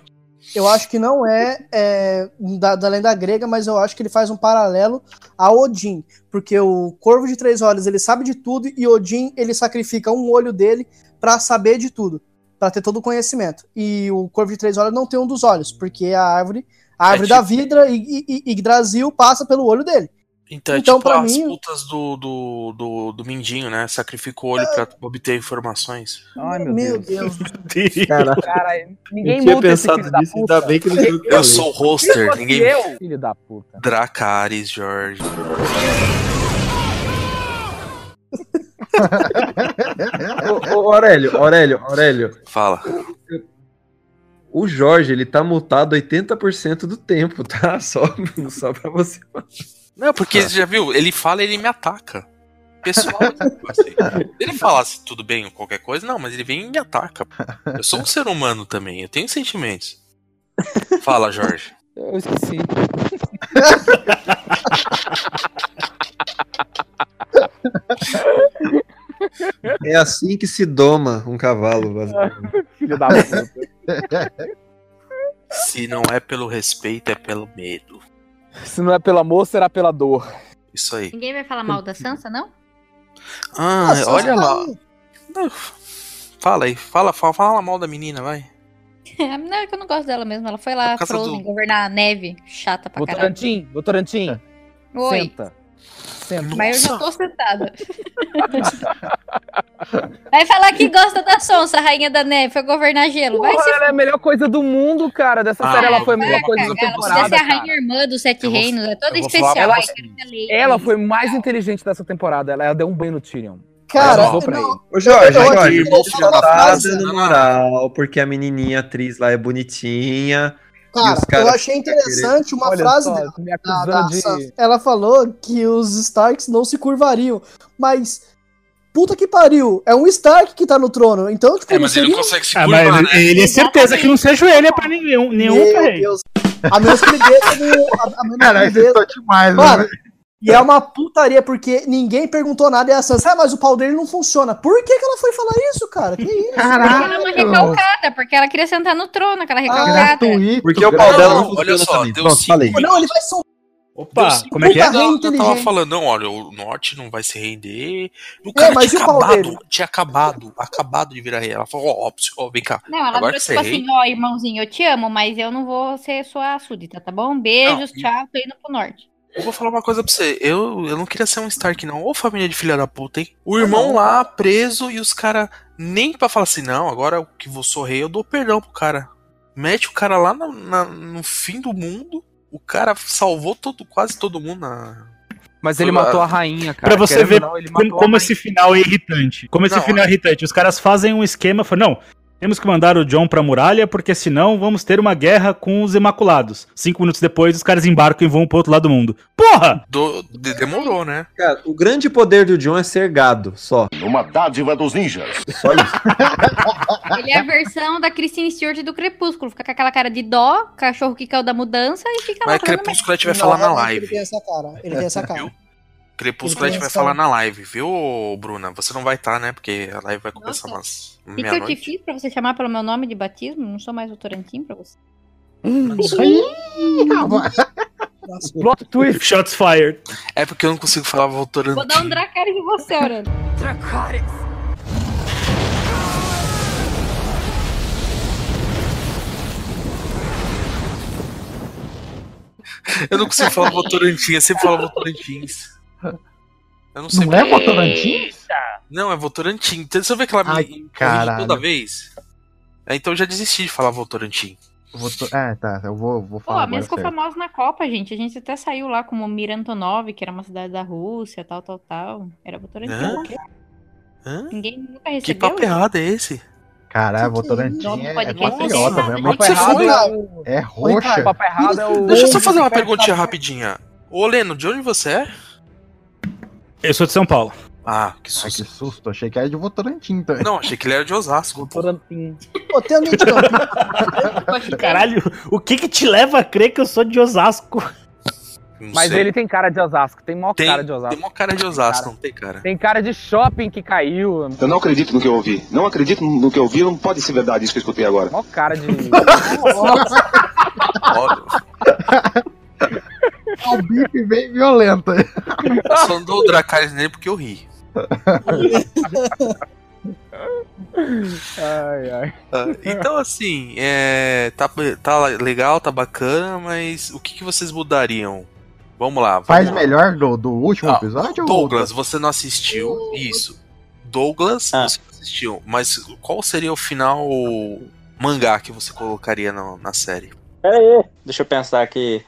Speaker 10: Eu acho que não é, é, da, da lenda grega, mas eu acho que ele faz um paralelo a Odin, porque o Corvo de Três Olhos ele sabe de tudo e Odin ele sacrifica um olho dele pra saber de tudo, pra ter todo o conhecimento. E o Corvo de Três Olhos não tem um dos olhos, porque a árvore, a
Speaker 4: É
Speaker 10: árvore da vidra e, e, e Yggdrasil passa pelo olho dele.
Speaker 4: Então, é
Speaker 10: Então,
Speaker 4: tipo
Speaker 10: pra
Speaker 4: as
Speaker 10: mim-
Speaker 4: putas do, do, do, do Mindinho, né? Sacrificou o olho pra obter informações.
Speaker 14: Ai,
Speaker 10: meu, Deus.
Speaker 4: Caralho.
Speaker 14: Cara, ninguém
Speaker 4: Eu tinha
Speaker 14: muda esse
Speaker 4: pensado
Speaker 14: filho da
Speaker 4: nisso,
Speaker 14: puta.
Speaker 4: ainda bem que não foi o que eu Eu falei. sou o hoster,
Speaker 14: Se fosse
Speaker 4: ninguém-
Speaker 14: eu, Filho da puta.
Speaker 4: Dracarys, Jorge.
Speaker 5: Ô, ô, Aurélio, Aurélio, Aurélio.
Speaker 4: Fala.
Speaker 5: O Jorge, ele tá mutado 80% do tempo, tá? Só, só pra você.
Speaker 4: Não, porque você já viu, ele fala e ele me ataca. pessoal. assim. Se ele falasse tudo bem ou qualquer coisa, não, mas ele vem e me ataca. Eu sou um ser humano também, eu tenho sentimentos. Fala, Jorge.
Speaker 14: Eu esqueci.
Speaker 5: É assim que se doma um cavalo, basicamente.
Speaker 3: Filho da
Speaker 4: Se não é pelo respeito, é pelo medo.
Speaker 3: Se não é pelo amor, será pela dor.
Speaker 4: Isso aí.
Speaker 6: Ninguém vai falar mal da Sansa, não?
Speaker 4: Ah,
Speaker 6: Nossa,
Speaker 4: olha
Speaker 6: olha
Speaker 4: lá. Não, Fala aí, fala, fala, fala mal da menina, vai.
Speaker 6: não, é que eu não gosto dela mesmo. Ela foi lá,
Speaker 4: Por causa
Speaker 6: Frozen,
Speaker 4: do-
Speaker 6: governar a neve. Chata pra caralho.
Speaker 14: Votorantim, Votorantim.
Speaker 6: Oi.
Speaker 14: Senta. Senta.
Speaker 6: Mas eu já tô sentada. Vai falar que gosta da Sonsa, a rainha da neve, foi governar gelo. Vai
Speaker 14: Porra,
Speaker 6: se
Speaker 14: ela é a melhor coisa do mundo, cara. Dessa
Speaker 6: Ah,
Speaker 4: é
Speaker 14: série ela foi a
Speaker 6: vai
Speaker 14: melhor coisa da
Speaker 6: cagar, ela
Speaker 14: temporada.
Speaker 6: podia ser a
Speaker 14: cara.
Speaker 6: rainha irmã dos sete
Speaker 14: Eu vou-
Speaker 6: reinos, é toda
Speaker 14: eu vou
Speaker 6: especial.
Speaker 14: falar pra
Speaker 6: Ai,
Speaker 14: você.
Speaker 6: quero ser lei.
Speaker 14: Ela foi mais inteligente dessa temporada. Ela, ela deu um banho no Tyrion.
Speaker 5: Cara,
Speaker 14: ela pra
Speaker 5: não.
Speaker 14: ele.
Speaker 5: Ô Jorge,
Speaker 14: Eu- eu-
Speaker 5: Jorge,
Speaker 14: eu-
Speaker 5: deixa
Speaker 14: eu-
Speaker 5: eu tá
Speaker 14: eu-
Speaker 5: dando moral, porque a menininha atriz lá é bonitinha. e
Speaker 10: Cara,
Speaker 5: os
Speaker 10: eu
Speaker 5: caras
Speaker 10: achei
Speaker 5: ficam
Speaker 10: interessante
Speaker 5: querendo-
Speaker 10: uma frase
Speaker 5: só,
Speaker 10: dela. Ah, tá.
Speaker 14: me
Speaker 5: acusando de-
Speaker 10: Sansa. Ela falou que os Starks não se curvariam, mas puta que pariu, é um Stark que tá no trono, então tipo,
Speaker 4: É, mas ele não
Speaker 10: seria-
Speaker 4: consegue se
Speaker 7: Ah,
Speaker 4: curvar,
Speaker 7: mas
Speaker 4: né?
Speaker 7: ele é certeza que não se ajoelha pra nenhum, nenhum
Speaker 10: um Meu
Speaker 7: rei.
Speaker 10: Deus. A menos que ele desça do. A, a menos
Speaker 11: Caralho,
Speaker 10: que ele
Speaker 11: vocês
Speaker 10: desça.
Speaker 11: estão demais,
Speaker 10: Mano,
Speaker 11: né?
Speaker 10: e é uma putaria, porque ninguém perguntou nada e a Sansa, ah, mas o pau dele não funciona. Por que, que ela foi falar isso, cara? Que isso?
Speaker 6: Porque ela é uma recalcada, porque ela queria sentar no trono,
Speaker 14: Ah,
Speaker 6: aquela recalcada.
Speaker 11: Gratuito.
Speaker 5: Porque o pau dela não
Speaker 4: Não, olha
Speaker 5: funciona
Speaker 4: só,
Speaker 5: também.
Speaker 4: deu
Speaker 5: Pronto,
Speaker 4: sim.
Speaker 5: falei.
Speaker 10: Não, ele vai só.
Speaker 7: Opa,
Speaker 4: Deu cinco
Speaker 7: como é que é?
Speaker 4: minutos,
Speaker 10: Puta
Speaker 4: Eu
Speaker 10: rei
Speaker 4: tava
Speaker 10: inteligente.
Speaker 4: falando, não, olha, o norte não vai se render. O
Speaker 10: É,
Speaker 4: cara
Speaker 10: mas
Speaker 4: tinha
Speaker 10: e o pau
Speaker 4: acabado,
Speaker 10: dele?
Speaker 4: tinha acabado, acabado de virar rei. Ela falou, ó, ó, psiu, ó, vem cá.
Speaker 6: Não, ela
Speaker 4: Agora
Speaker 6: virou
Speaker 4: que
Speaker 6: tipo
Speaker 4: você é rei,
Speaker 6: assim, ó, irmãozinho, eu te amo, mas eu não vou ser sua súdita, tá bom? Beijos, tchau, tô indo pro norte.
Speaker 4: eu vou falar uma coisa pra você. Eu, eu não queria ser um Stark, não. Ô família de filha da puta, hein?
Speaker 10: Tá
Speaker 4: O irmão lá, preso, e os caras nem pra falar assim, não, agora que vou sou rei, eu dou perdão pro cara. Mete o cara lá na- na- no fim do mundo. O cara salvou todo, quase todo mundo na. Ah,
Speaker 3: Mas ele
Speaker 4: Foi lá.
Speaker 3: matou a rainha, cara.
Speaker 7: Pra você
Speaker 3: Querendo
Speaker 7: ver
Speaker 3: ou não, ele
Speaker 7: como,
Speaker 3: matou a
Speaker 7: como
Speaker 3: rainha.
Speaker 7: esse final é irritante. Como esse
Speaker 3: Não,
Speaker 7: final é irritante. Os caras fazem um esquema, falam, não, temos que mandar o John pra muralha, porque senão vamos ter uma guerra com os Imaculados. Cinco minutos depois, os caras embarcam e vão pro outro lado do mundo. Porra!
Speaker 4: Do- de- demorou, né?
Speaker 5: Cara, o grande poder do John é ser gado, só.
Speaker 16: Uma dádiva dos ninjas.
Speaker 5: Só isso.
Speaker 4: Ah,
Speaker 6: Ele
Speaker 4: tá.
Speaker 6: é a versão da Christine Stewart do Crepúsculo, fica com aquela cara de dó, cachorro que caiu da mudança e fica lá
Speaker 4: Mas é
Speaker 6: fazendo
Speaker 4: Crepúsculo a gente vai falar na
Speaker 10: Tá Não, é
Speaker 4: live.
Speaker 10: Ele tem essa cara. Ele tem essa cara.
Speaker 4: Crepúsculo a
Speaker 10: Ele
Speaker 4: gente vai
Speaker 10: começa-
Speaker 4: falar na live, viu, Bruna? Você não vai estar, né? Porque a live vai começar umas
Speaker 6: O que, que eu te
Speaker 4: meia-noite.
Speaker 6: fiz pra você chamar pelo meu nome de batismo? Não sou mais o Torantim pra você.
Speaker 14: Plot twist.
Speaker 7: Shots fired.
Speaker 4: É porque eu não consigo falar
Speaker 6: Vou
Speaker 4: Voltorando.
Speaker 6: dar um Dracarys em você, Aurélio. Dracarys.
Speaker 4: Eu não consigo falar Votorantim, eu sempre falo Votorantins. Eu não sei
Speaker 11: Não
Speaker 4: por
Speaker 11: é
Speaker 4: quê.
Speaker 11: Votorantim?
Speaker 4: Não, é Votorantim. Então, Você vê que ela me
Speaker 11: Ai,
Speaker 4: corrige
Speaker 11: caralho.
Speaker 4: toda vez? É, Então eu já desisti de falar Votorantim.
Speaker 11: Voto- É, tá, eu vou, vou
Speaker 6: Pô, a
Speaker 11: falar.
Speaker 6: minha
Speaker 11: agora
Speaker 6: ficou
Speaker 11: certo.
Speaker 6: famosa na Copa, gente. A gente até saiu lá como Mira Antonov, que era uma cidade da Rússia, tal, tal, tal. Era Votorantim.
Speaker 4: Hã?
Speaker 6: Ninguém nunca
Speaker 4: Que
Speaker 6: recebeu.
Speaker 4: papo errado é esse?
Speaker 11: Caralho,
Speaker 6: Nome
Speaker 11: Votorantim
Speaker 6: do
Speaker 11: é, é
Speaker 6: podcast é
Speaker 11: patriota,
Speaker 6: errado,
Speaker 11: velho.
Speaker 6: gente.
Speaker 11: Papo errado
Speaker 4: Onde
Speaker 11: é-
Speaker 4: você
Speaker 11: é roxa.
Speaker 14: Papo errado é o.
Speaker 4: Deixa eu só fazer uma perguntinha rapidinha. Ô, Leno, de onde você é?
Speaker 7: Eu sou de São Paulo.
Speaker 4: Ah, que
Speaker 11: susto. que susto. Achei que era de Votorantim também.
Speaker 4: Não, achei que ele era de Osasco.
Speaker 14: Votorantim.
Speaker 10: Pô, tem alguém de Campinas?
Speaker 7: Caralho, o que que te leva a crer que eu sou de Osasco?
Speaker 14: Mas ele tem cara de Osasco, tem mó cara de Osasco.
Speaker 4: Tem uma cara de Osasco, não tem cara.
Speaker 14: Tem cara de shopping que caiu.
Speaker 16: Eu não acredito no que eu ouvi. Não acredito no que eu ouvi. Não pode ser verdade isso que eu escutei agora.
Speaker 14: Mó cara de.
Speaker 11: O É um bife veio violento.
Speaker 4: Eu só não dou o Dracarys nele porque eu ri.
Speaker 14: ai, ai.
Speaker 4: Ah, Então, assim, é, tá, tá legal, tá bacana, mas o que, que vocês mudariam? Vamos lá. vamos
Speaker 11: Faz
Speaker 4: lá.
Speaker 11: melhor do, do último episódio? ou-
Speaker 4: Douglas, você não assistiu. Isso. Douglas, você não assistiu. Mas qual seria o final mangá que você colocaria na, na série?
Speaker 12: Pera aí, deixa eu pensar aqui.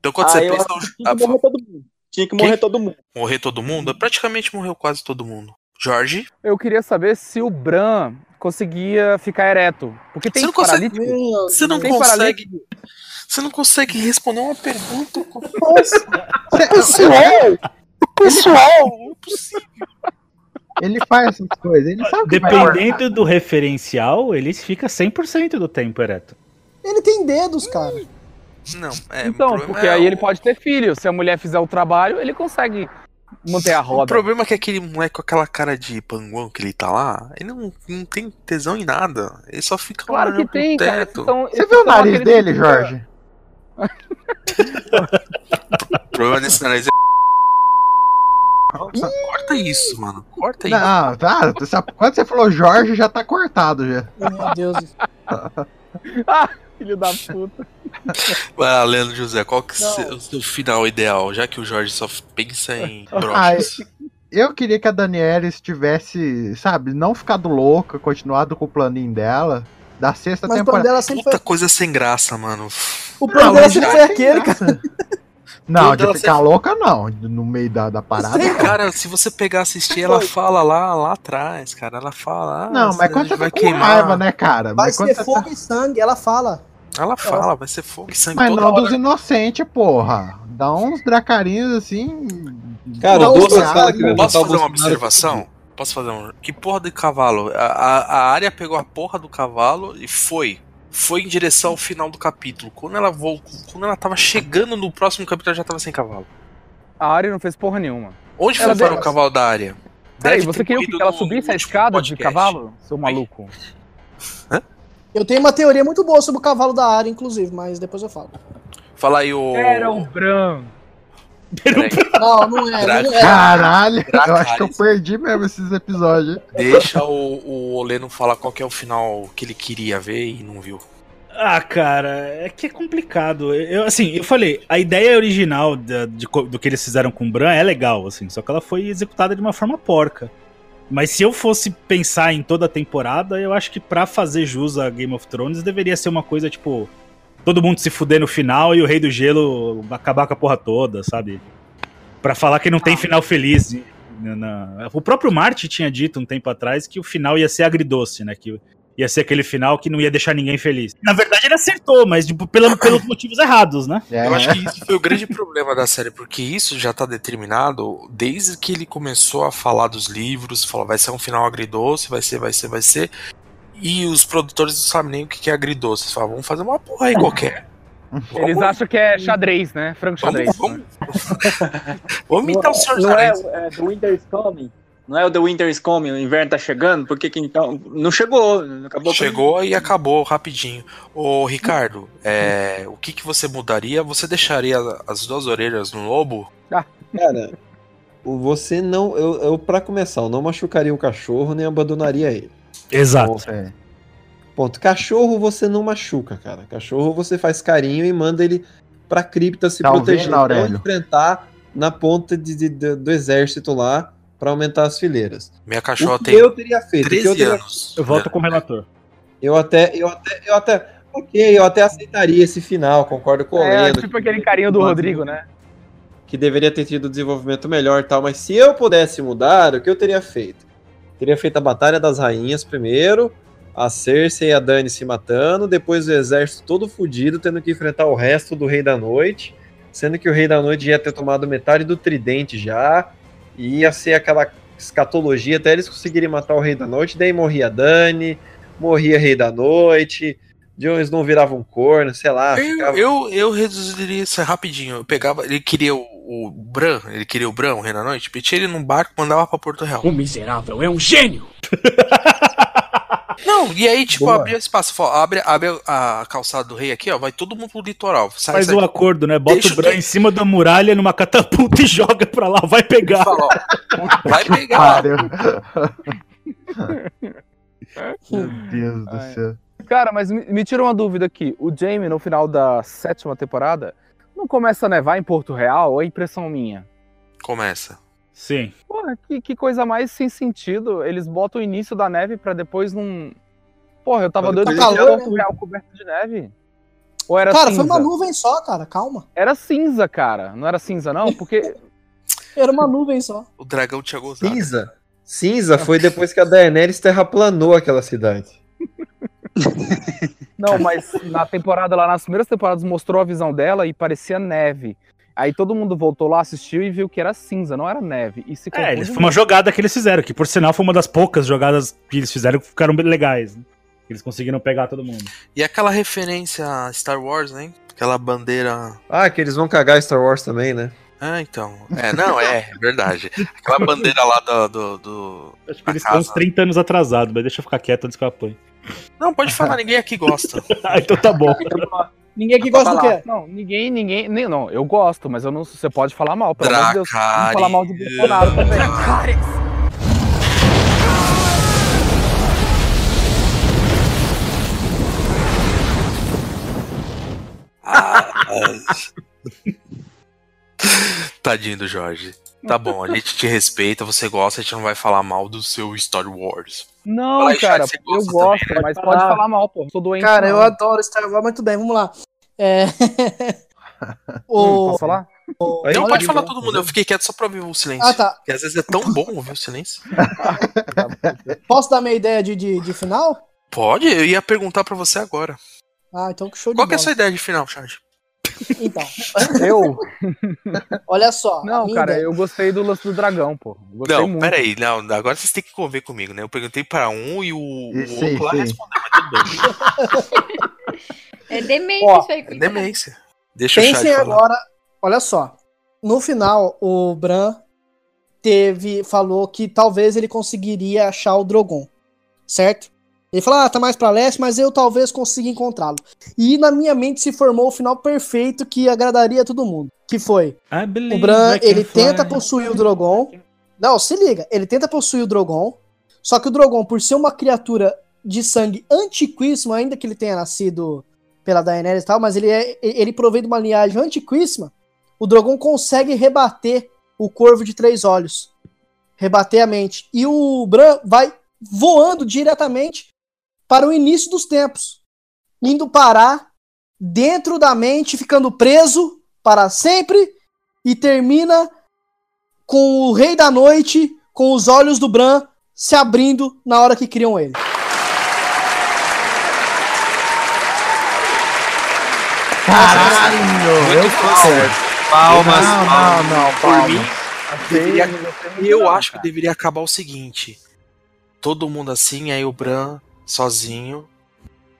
Speaker 4: Então, quando
Speaker 12: Ah,
Speaker 4: você
Speaker 12: eu
Speaker 4: pensa.
Speaker 12: acho que tinha que morrer todo mundo. Tinha que morrer todo mundo.
Speaker 4: Morrer todo mundo? Praticamente morreu quase todo mundo. Jorge?
Speaker 14: Eu queria saber se o Bran conseguia ficar ereto. Porque tem
Speaker 4: Você não consegue-
Speaker 14: paralítico.
Speaker 4: Você não
Speaker 14: tem
Speaker 4: consegue.
Speaker 14: paralítico.
Speaker 4: Você não consegue responder uma pergunta.
Speaker 11: É,
Speaker 10: Nossa, pessoal!
Speaker 4: Pessoal,
Speaker 12: Oh,
Speaker 4: impossível.
Speaker 11: Ele faz essas coisas, ele sabe que vai
Speaker 7: Dependendo do referencial, ele fica 100% do tempo ereto.
Speaker 10: Ele tem dedos, cara.
Speaker 4: Não, é,
Speaker 14: Então, porque aí ele pode ter filho. Se a mulher fizer o trabalho, ele consegue manter a
Speaker 4: O
Speaker 14: roda.
Speaker 4: problema é que aquele moleque com aquela cara de panguão que ele tá lá, ele não, não tem tesão em nada. Ele só fica
Speaker 14: Claro
Speaker 4: olhando
Speaker 14: que tem,
Speaker 4: pro
Speaker 14: cara.
Speaker 4: é teto.
Speaker 14: Então,
Speaker 11: Você viu o nariz dele, Jorge?
Speaker 4: O problema desse nariz é. Corta isso, mano. Corta isso.
Speaker 11: Não, tá, essa- quando você falou Jorge, já tá cortado já.
Speaker 10: Meu Deus.
Speaker 14: ah, filho da puta.
Speaker 4: Ah, Leandro José, qual que é o seu- o seu final ideal? Já que o Jorge só pensa em
Speaker 11: Ah,
Speaker 4: broches.
Speaker 11: eu queria que a Daniela estivesse, sabe, não ficado louca, continuado com o planinho dela, da sexta
Speaker 4: Mas o plano
Speaker 11: temporada.
Speaker 4: dela sempre Puta coisa sem graça, mano.
Speaker 10: O
Speaker 11: plano dela sempre foi
Speaker 10: aquele,
Speaker 11: cara. Não,
Speaker 4: Tudo
Speaker 11: de
Speaker 4: ela
Speaker 11: ficar louca não, no meio da, da parada.
Speaker 4: Cara, se você pegar assistir, ela fala lá, lá atrás, cara. Ela fala. ah,
Speaker 11: Não, mas
Speaker 4: a
Speaker 11: quando
Speaker 4: gente
Speaker 11: você tá com raiva, né, cara?
Speaker 10: Vai
Speaker 11: mas quando
Speaker 10: ser
Speaker 11: você
Speaker 10: fogo e sangue, ela fala.
Speaker 4: Ela fala, vai ser fogo e sangue
Speaker 11: Mas
Speaker 4: toda
Speaker 11: não dos
Speaker 4: hora.
Speaker 11: inocentes, porra. Dá uns dracarinhos assim.
Speaker 5: Cara,
Speaker 11: dá
Speaker 5: o
Speaker 11: uns
Speaker 5: Douglas
Speaker 11: dracarinhos.
Speaker 5: fala que vai botar
Speaker 4: Posso
Speaker 5: o
Speaker 4: fazer
Speaker 5: Bolsonaro-
Speaker 4: uma observação? Posso fazer um. Que porra de cavalo? A, a, a área pegou a porra do cavalo e foi. Foi em direção ao final do capítulo. Quando ela voltou, quando ela tava chegando no próximo capítulo, ela já tava sem cavalo.
Speaker 14: A Ari não fez porra nenhuma.
Speaker 4: Onde foi
Speaker 14: Ela
Speaker 4: para
Speaker 14: deu-
Speaker 4: o cavalo da área?
Speaker 14: Peraí,
Speaker 4: Deve
Speaker 14: você
Speaker 4: ter
Speaker 14: queria o quê?
Speaker 4: corrido
Speaker 14: que ela
Speaker 4: no
Speaker 14: subisse a escada de
Speaker 4: podcast.
Speaker 14: cavalo? Seu maluco.
Speaker 10: Eu tenho uma teoria muito boa sobre o cavalo da área, inclusive, mas depois eu falo.
Speaker 4: Fala aí, o.
Speaker 14: Era um o Bran.
Speaker 10: Não, não
Speaker 14: um
Speaker 10: é. Não é.
Speaker 11: Caralho, eu acho que eu
Speaker 4: Dracarys.
Speaker 11: perdi mesmo esses episódios.
Speaker 4: Deixa o, o Oleno falar qual que é o final que ele queria ver e não viu.
Speaker 7: Ah, cara, é que é complicado. Eu, assim, eu falei, a ideia original da- de co- do que eles fizeram com o Bran é legal, assim, só que ela foi executada de uma forma porca. Mas se eu fosse pensar em toda a temporada, eu acho que pra fazer jus a Game of Thrones deveria ser uma coisa tipo todo mundo se fuder no final e o Rei do Gelo acabar com a porra toda, sabe? Pra falar que não tem final feliz. né, na- O próprio Marty tinha dito um tempo atrás que o final ia ser agridoce, né? Que ia ser aquele final que não ia deixar ninguém feliz. Na verdade, ele acertou, mas tipo, pela- pelos motivos errados, né?
Speaker 4: Eu acho que isso foi o grande problema da série, porque isso já tá determinado desde que ele começou a falar dos livros, falou vai ser um final agridoce, vai ser, vai ser, vai ser. E os produtores não sabem nem o que que é agridoce. Eles falam, vamos fazer uma porra aí qualquer.
Speaker 14: Eles
Speaker 4: Vamos-
Speaker 14: acham que é xadrez, né? Franco xadrez.
Speaker 4: Vamos imitar o Senhor dos
Speaker 12: Não é,
Speaker 4: Anéis.
Speaker 12: é The Winter is Coming? Não é o The Winter is Coming, o inverno tá chegando? Por que que então... Não chegou, acabou.
Speaker 4: Chegou e acabou rapidinho. Ô, Ricardo, é, o que, que você mudaria? Você deixaria as duas orelhas no lobo?
Speaker 5: Cara, o- você não. Eu, eu para começar, eu não machucaria um cachorro nem abandonaria ele.
Speaker 7: Exato.
Speaker 5: Ponto. Cachorro você não machuca, cara. Cachorro você faz carinho e manda ele pra cripta se
Speaker 11: Talvez,
Speaker 5: proteger. Não
Speaker 11: Tá Aurélio.
Speaker 5: enfrentar na ponta de- de- de- do exército lá pra aumentar as fileiras.
Speaker 4: Minha cachorra
Speaker 5: o que
Speaker 4: tem
Speaker 5: eu teria feito? O que
Speaker 4: 13
Speaker 5: eu teria
Speaker 4: anos.
Speaker 7: Eu volto com o relator.
Speaker 5: Eu até, eu até, eu até, ok, eu até aceitaria esse final, concordo com o
Speaker 14: É,
Speaker 5: Leno,
Speaker 14: tipo aquele carinho do Rodrigo, né?
Speaker 5: que deveria ter tido um desenvolvimento melhor e tal, mas se eu pudesse mudar, o que eu teria feito? Teria feito a Batalha das Rainhas primeiro, a Cersei e a Dani se matando, depois o exército todo fudido, tendo que enfrentar o resto do Rei da Noite, sendo que o Rei da Noite ia ter tomado metade do tridente já, e ia ser aquela escatologia até eles conseguirem matar o Rei da Noite, daí morria a Dani, morria Rei da Noite, Jon Snow virava um corno, sei lá,
Speaker 4: Eu, eu, eu reduziria isso rapidinho. Eu pegava. Ele queria o, o Bran, ele queria o Bran, o Rei da Noite, metia ele num barco e mandava pra Porto Real.
Speaker 7: Hum.
Speaker 13: O miserável é um gênio!
Speaker 4: Não, e aí, tipo,
Speaker 7: Boa.
Speaker 4: abria espaço, fala, abre, abre a calçada do rei aqui, ó, vai todo mundo pro litoral. Sai,
Speaker 7: Faz
Speaker 4: sai.
Speaker 7: o acordo, né? Bota
Speaker 4: é Deixa
Speaker 7: o Bran
Speaker 4: que-
Speaker 7: em cima da muralha numa catapulta e joga pra lá, vai pegar.
Speaker 4: Fala, ó, vai pegar.
Speaker 11: Pariu. Meu Deus do céu.
Speaker 14: É. Cara, mas me, me tira uma dúvida aqui. O Jamie, no final da sétima temporada, não começa a nevar em Porto Real? Ou é impressão minha?
Speaker 4: Começa.
Speaker 7: Sim.
Speaker 14: Porra, que, que coisa mais sem sentido. Eles botam o início da neve pra depois não. Porra, eu tava doido
Speaker 10: Tá
Speaker 14: de
Speaker 10: calor,
Speaker 14: ver
Speaker 10: né?
Speaker 14: Porto Real coberto de neve. Ou era
Speaker 10: Cara,
Speaker 14: cinza?
Speaker 10: foi uma nuvem só, cara, calma.
Speaker 14: Era cinza, cara. Não era cinza, não? Porque.
Speaker 10: Era uma nuvem só.
Speaker 4: O dragão tinha gozado.
Speaker 5: Cinza? Cinza foi depois que a Daenerys terraplanou aquela cidade.
Speaker 14: Não, mas na temporada lá, nas primeiras temporadas, mostrou a visão dela e parecia neve. Aí todo mundo voltou lá, assistiu e viu que era cinza, não era neve. E se
Speaker 7: É, eles-
Speaker 14: confunde
Speaker 7: foi uma
Speaker 14: muito.
Speaker 7: jogada que eles fizeram, que por sinal foi uma das poucas jogadas que eles fizeram que ficaram bem legais. né? Eles conseguiram pegar todo mundo.
Speaker 4: E aquela referência a Star Wars, hein? Aquela bandeira.
Speaker 5: Ah, que eles vão cagar Star Wars também, né?
Speaker 4: Ah, então. É, não, é, é verdade. Aquela bandeira lá do. do, do-
Speaker 7: Acho que
Speaker 4: da
Speaker 7: eles estão uns
Speaker 4: casa.
Speaker 7: 30 anos atrasados, mas deixa eu ficar quieto antes que eu apanhe.
Speaker 4: Não, pode falar, ninguém aqui gosta.
Speaker 7: Ah, então tá bom.
Speaker 14: Ninguém
Speaker 7: aqui gosta do quê?
Speaker 14: Não, ninguém, ninguém. Nem, não, eu gosto, mas eu não. Você pode falar mal, pelo amor de Deus. Não
Speaker 4: Dracarys.
Speaker 14: falar mal do Bolsonaro também.
Speaker 4: Tadinho do Jorge. Tá bom, a gente te respeita, você gosta, a gente não vai falar mal do seu Star Wars.
Speaker 14: Não,
Speaker 4: Fala aí,
Speaker 14: cara,
Speaker 4: Charles,
Speaker 14: eu gosto, mas pode
Speaker 10: falar.
Speaker 14: falar mal, pô. Sou doente.
Speaker 10: Cara,
Speaker 14: não.
Speaker 10: eu adoro Star Wars, mas tudo bem, vamos lá. É...
Speaker 14: Hum, posso falar?
Speaker 4: Não,
Speaker 5: é
Speaker 10: olha
Speaker 4: pode
Speaker 10: que
Speaker 4: falar
Speaker 5: né?
Speaker 10: bom.
Speaker 4: todo mundo, eu fiquei quieto só pra ouvir o silêncio.
Speaker 10: Ah, tá.
Speaker 4: Porque às vezes é tão bom ouvir o silêncio.
Speaker 10: Posso dar minha ideia de, de, de final?
Speaker 4: Pode, eu ia perguntar pra você agora.
Speaker 10: Ah, então que show de
Speaker 4: Qual que é a
Speaker 10: bola.
Speaker 4: sua ideia de final, Charles?
Speaker 10: Então,
Speaker 14: Eu?
Speaker 10: olha só. a
Speaker 14: Não,
Speaker 10: minha
Speaker 14: cara,
Speaker 10: ideia-
Speaker 14: eu gostei do lance do dragão, pô. Eu Gostei
Speaker 4: Não,
Speaker 14: muito.
Speaker 4: peraí, não, agora vocês têm que conver comigo, né? Eu perguntei pra um e o, o
Speaker 14: Sim,
Speaker 4: outro lá
Speaker 14: sim.
Speaker 4: respondeu, mas tudo bem.
Speaker 6: É demência
Speaker 10: Ó,
Speaker 6: isso aí.
Speaker 4: É demência. Deixa o
Speaker 10: Pensem
Speaker 4: Charles falar.
Speaker 10: agora, olha só. No final, o Bran teve, falou que talvez ele conseguiria achar o Drogon, certo? Ele falou, ah, tá mais pra leste, mas eu talvez consiga encontrá-lo. E na minha mente se formou o final perfeito que agradaria a todo mundo, que foi o
Speaker 7: é
Speaker 10: Bran, ele tenta possuir o Drogon. Não, se liga, ele tenta possuir o Drogon. Só que o Drogon, por ser uma criatura de sangue antiquíssima, ainda que ele tenha nascido pela Daenerys e tal, mas ele, é, ele provém de uma linhagem antiquíssima, o Drogon consegue rebater o Corvo de Três Olhos. Rebater a mente. E o Bran vai voando diretamente para o início dos tempos. Indo parar dentro da mente, ficando preso para sempre e termina com o Rei da Noite, com os olhos do Bran se abrindo na hora que criam ele.
Speaker 11: Caralho! Eu
Speaker 4: certo. Palmas,
Speaker 11: Não,
Speaker 4: palmas.
Speaker 11: não, não,
Speaker 4: Por
Speaker 11: palmas.
Speaker 4: mim,
Speaker 11: Achei-
Speaker 4: deveria-
Speaker 11: não gostei muito
Speaker 4: eu
Speaker 11: não,
Speaker 4: acho
Speaker 11: cara.
Speaker 4: que deveria acabar o seguinte: todo mundo assim, aí o Bran sozinho,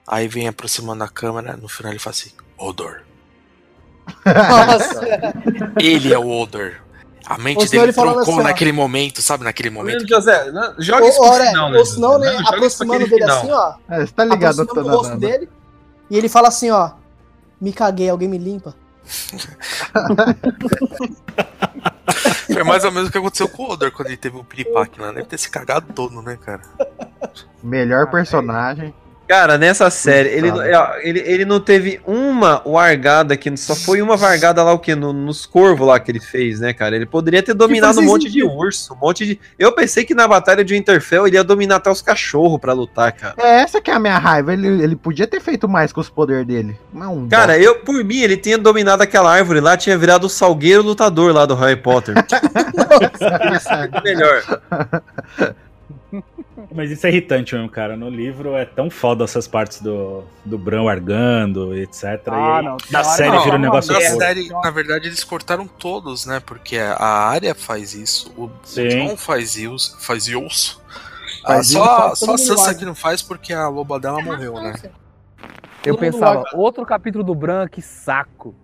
Speaker 4: aí vem aproximando a câmera, no final ele fala assim: Odor. Ele é o Odor. A
Speaker 10: Ou
Speaker 4: mente
Speaker 10: senão
Speaker 4: dele
Speaker 10: ele falando
Speaker 4: trocou
Speaker 10: assim, ó.
Speaker 4: naquele momento, sabe? Naquele momento.
Speaker 5: José, não,
Speaker 10: Ô, Aurélio, ou senão, né, aproximando dele assim, ó.
Speaker 11: É, você tá ligado,
Speaker 10: aproximando
Speaker 11: tá
Speaker 10: do rosto
Speaker 11: dando.
Speaker 10: dele. E ele fala assim, ó. Me caguei, alguém me limpa.
Speaker 4: Foi mais ou menos o que aconteceu com o Odor quando ele teve o piripaque lá. Deve ter se cagado todo, né, cara?
Speaker 11: Melhor personagem.
Speaker 5: Cara, nessa série, ele,
Speaker 11: Tá.
Speaker 5: é, ó, ele, ele não teve uma wargada que só foi uma vargada lá o que nos corvos lá que ele fez, né, cara? Ele poderia ter dominado um
Speaker 10: fazia
Speaker 5: monte de urso, um monte de. Eu pensei que na batalha de Winterfell ele ia dominar até os cachorros pra lutar, cara.
Speaker 11: É essa que é a minha raiva. Ele, ele podia ter feito mais com os poderes dele. Mas é um
Speaker 5: Cara, eu por mim ele tinha dominado aquela árvore lá, tinha virado o salgueiro lutador lá do Harry Potter. melhor.
Speaker 7: Mas isso é irritante mesmo, cara. No livro é tão foda essas partes do, do Bran argando, etc.
Speaker 14: Ah,
Speaker 7: e
Speaker 14: não, tem
Speaker 7: na
Speaker 14: hora
Speaker 7: série
Speaker 14: que-
Speaker 7: vira um
Speaker 14: não,
Speaker 7: negócio
Speaker 4: Na
Speaker 7: horroroso.
Speaker 4: série, na verdade, eles cortaram todos, né? Porque a área faz isso, o
Speaker 7: Sim.
Speaker 4: John faz isso, faz isso. Ah,
Speaker 14: Faz isso,
Speaker 4: só
Speaker 14: faz
Speaker 4: só
Speaker 14: todo
Speaker 4: a
Speaker 14: mundo
Speaker 4: Sansa
Speaker 14: lá.
Speaker 4: que não faz porque a loba dela morreu, né?
Speaker 14: Eu
Speaker 4: Todo mundo
Speaker 14: pensava,
Speaker 4: larga.
Speaker 14: outro capítulo do Bran, que saco.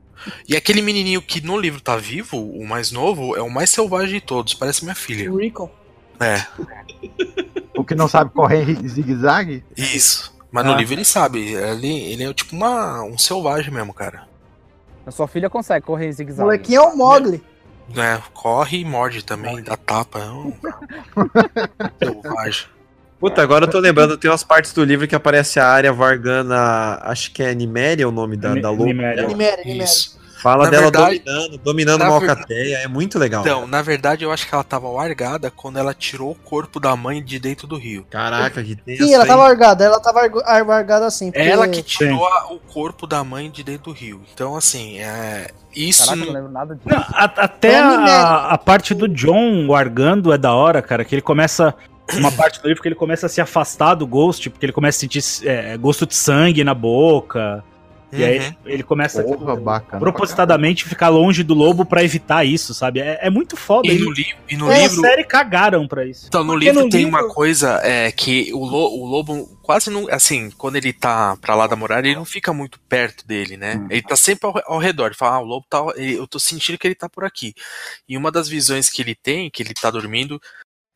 Speaker 4: E aquele menininho que no livro tá vivo, o mais novo, é o mais selvagem de todos, parece minha filha.
Speaker 10: Rico.
Speaker 4: É,
Speaker 11: O que não sabe correr em zigue-zague?
Speaker 4: isso. Mas no
Speaker 11: Ah.
Speaker 4: livro ele sabe, ele, ele é tipo uma, um selvagem mesmo, cara.
Speaker 14: A sua filha consegue correr em zigue-zague.
Speaker 10: Molequinho é o Mogli.
Speaker 4: Né? Corre e morde também, dá tapa. É um... selvagem.
Speaker 5: Puta, agora eu tô lembrando, tem umas partes do livro que aparece a área Vargana, acho que é Niméria o nome da, da louca.
Speaker 7: Niméria.
Speaker 5: dela.
Speaker 10: Niméria, Niméria.
Speaker 4: Isso.
Speaker 5: Fala
Speaker 4: Na
Speaker 5: dela
Speaker 4: verdade-
Speaker 5: dominando, dominando
Speaker 4: na
Speaker 5: uma
Speaker 4: ver-
Speaker 5: alcateia, é muito legal.
Speaker 4: Então, na verdade, eu acho que ela tava largada quando ela tirou o corpo da mãe de dentro do rio.
Speaker 5: Caraca, que tenso.
Speaker 10: Sim, ela tava largada, ela tava argu- largada assim. porque-
Speaker 4: Ela que tirou a- o corpo da mãe de dentro do rio. Então, assim, é... isso.
Speaker 14: Caraca, eu não
Speaker 4: não-
Speaker 14: lembro nada disso.
Speaker 7: A- Até
Speaker 14: Pra mim, né?
Speaker 7: a, a parte do John argando é da hora, cara, que ele começa. Uma parte do livro que ele começa a se afastar do Ghost, porque ele começa a sentir é, gosto de sangue na boca. E aí
Speaker 4: Uhum.
Speaker 7: ele- ele começa
Speaker 11: Porra, bacana.
Speaker 7: propositadamente ficar longe do lobo pra evitar isso, sabe? É, é muito foda.
Speaker 4: E
Speaker 7: Ele-
Speaker 4: no, li e no
Speaker 7: É,
Speaker 4: livro.
Speaker 7: A série cagaram pra isso.
Speaker 4: Então, no
Speaker 7: Porque
Speaker 4: livro
Speaker 7: no
Speaker 4: tem
Speaker 7: livro-
Speaker 4: uma coisa é, que o, lo- o lobo quase não. Assim, quando ele tá pra lá da muralha, ele não fica muito perto dele, né? Ele tá sempre ao, re- ao redor. Ele fala, ah, o lobo tá. ao- ele- eu tô sentindo que ele tá por aqui. E uma das visões que ele tem, que ele tá dormindo,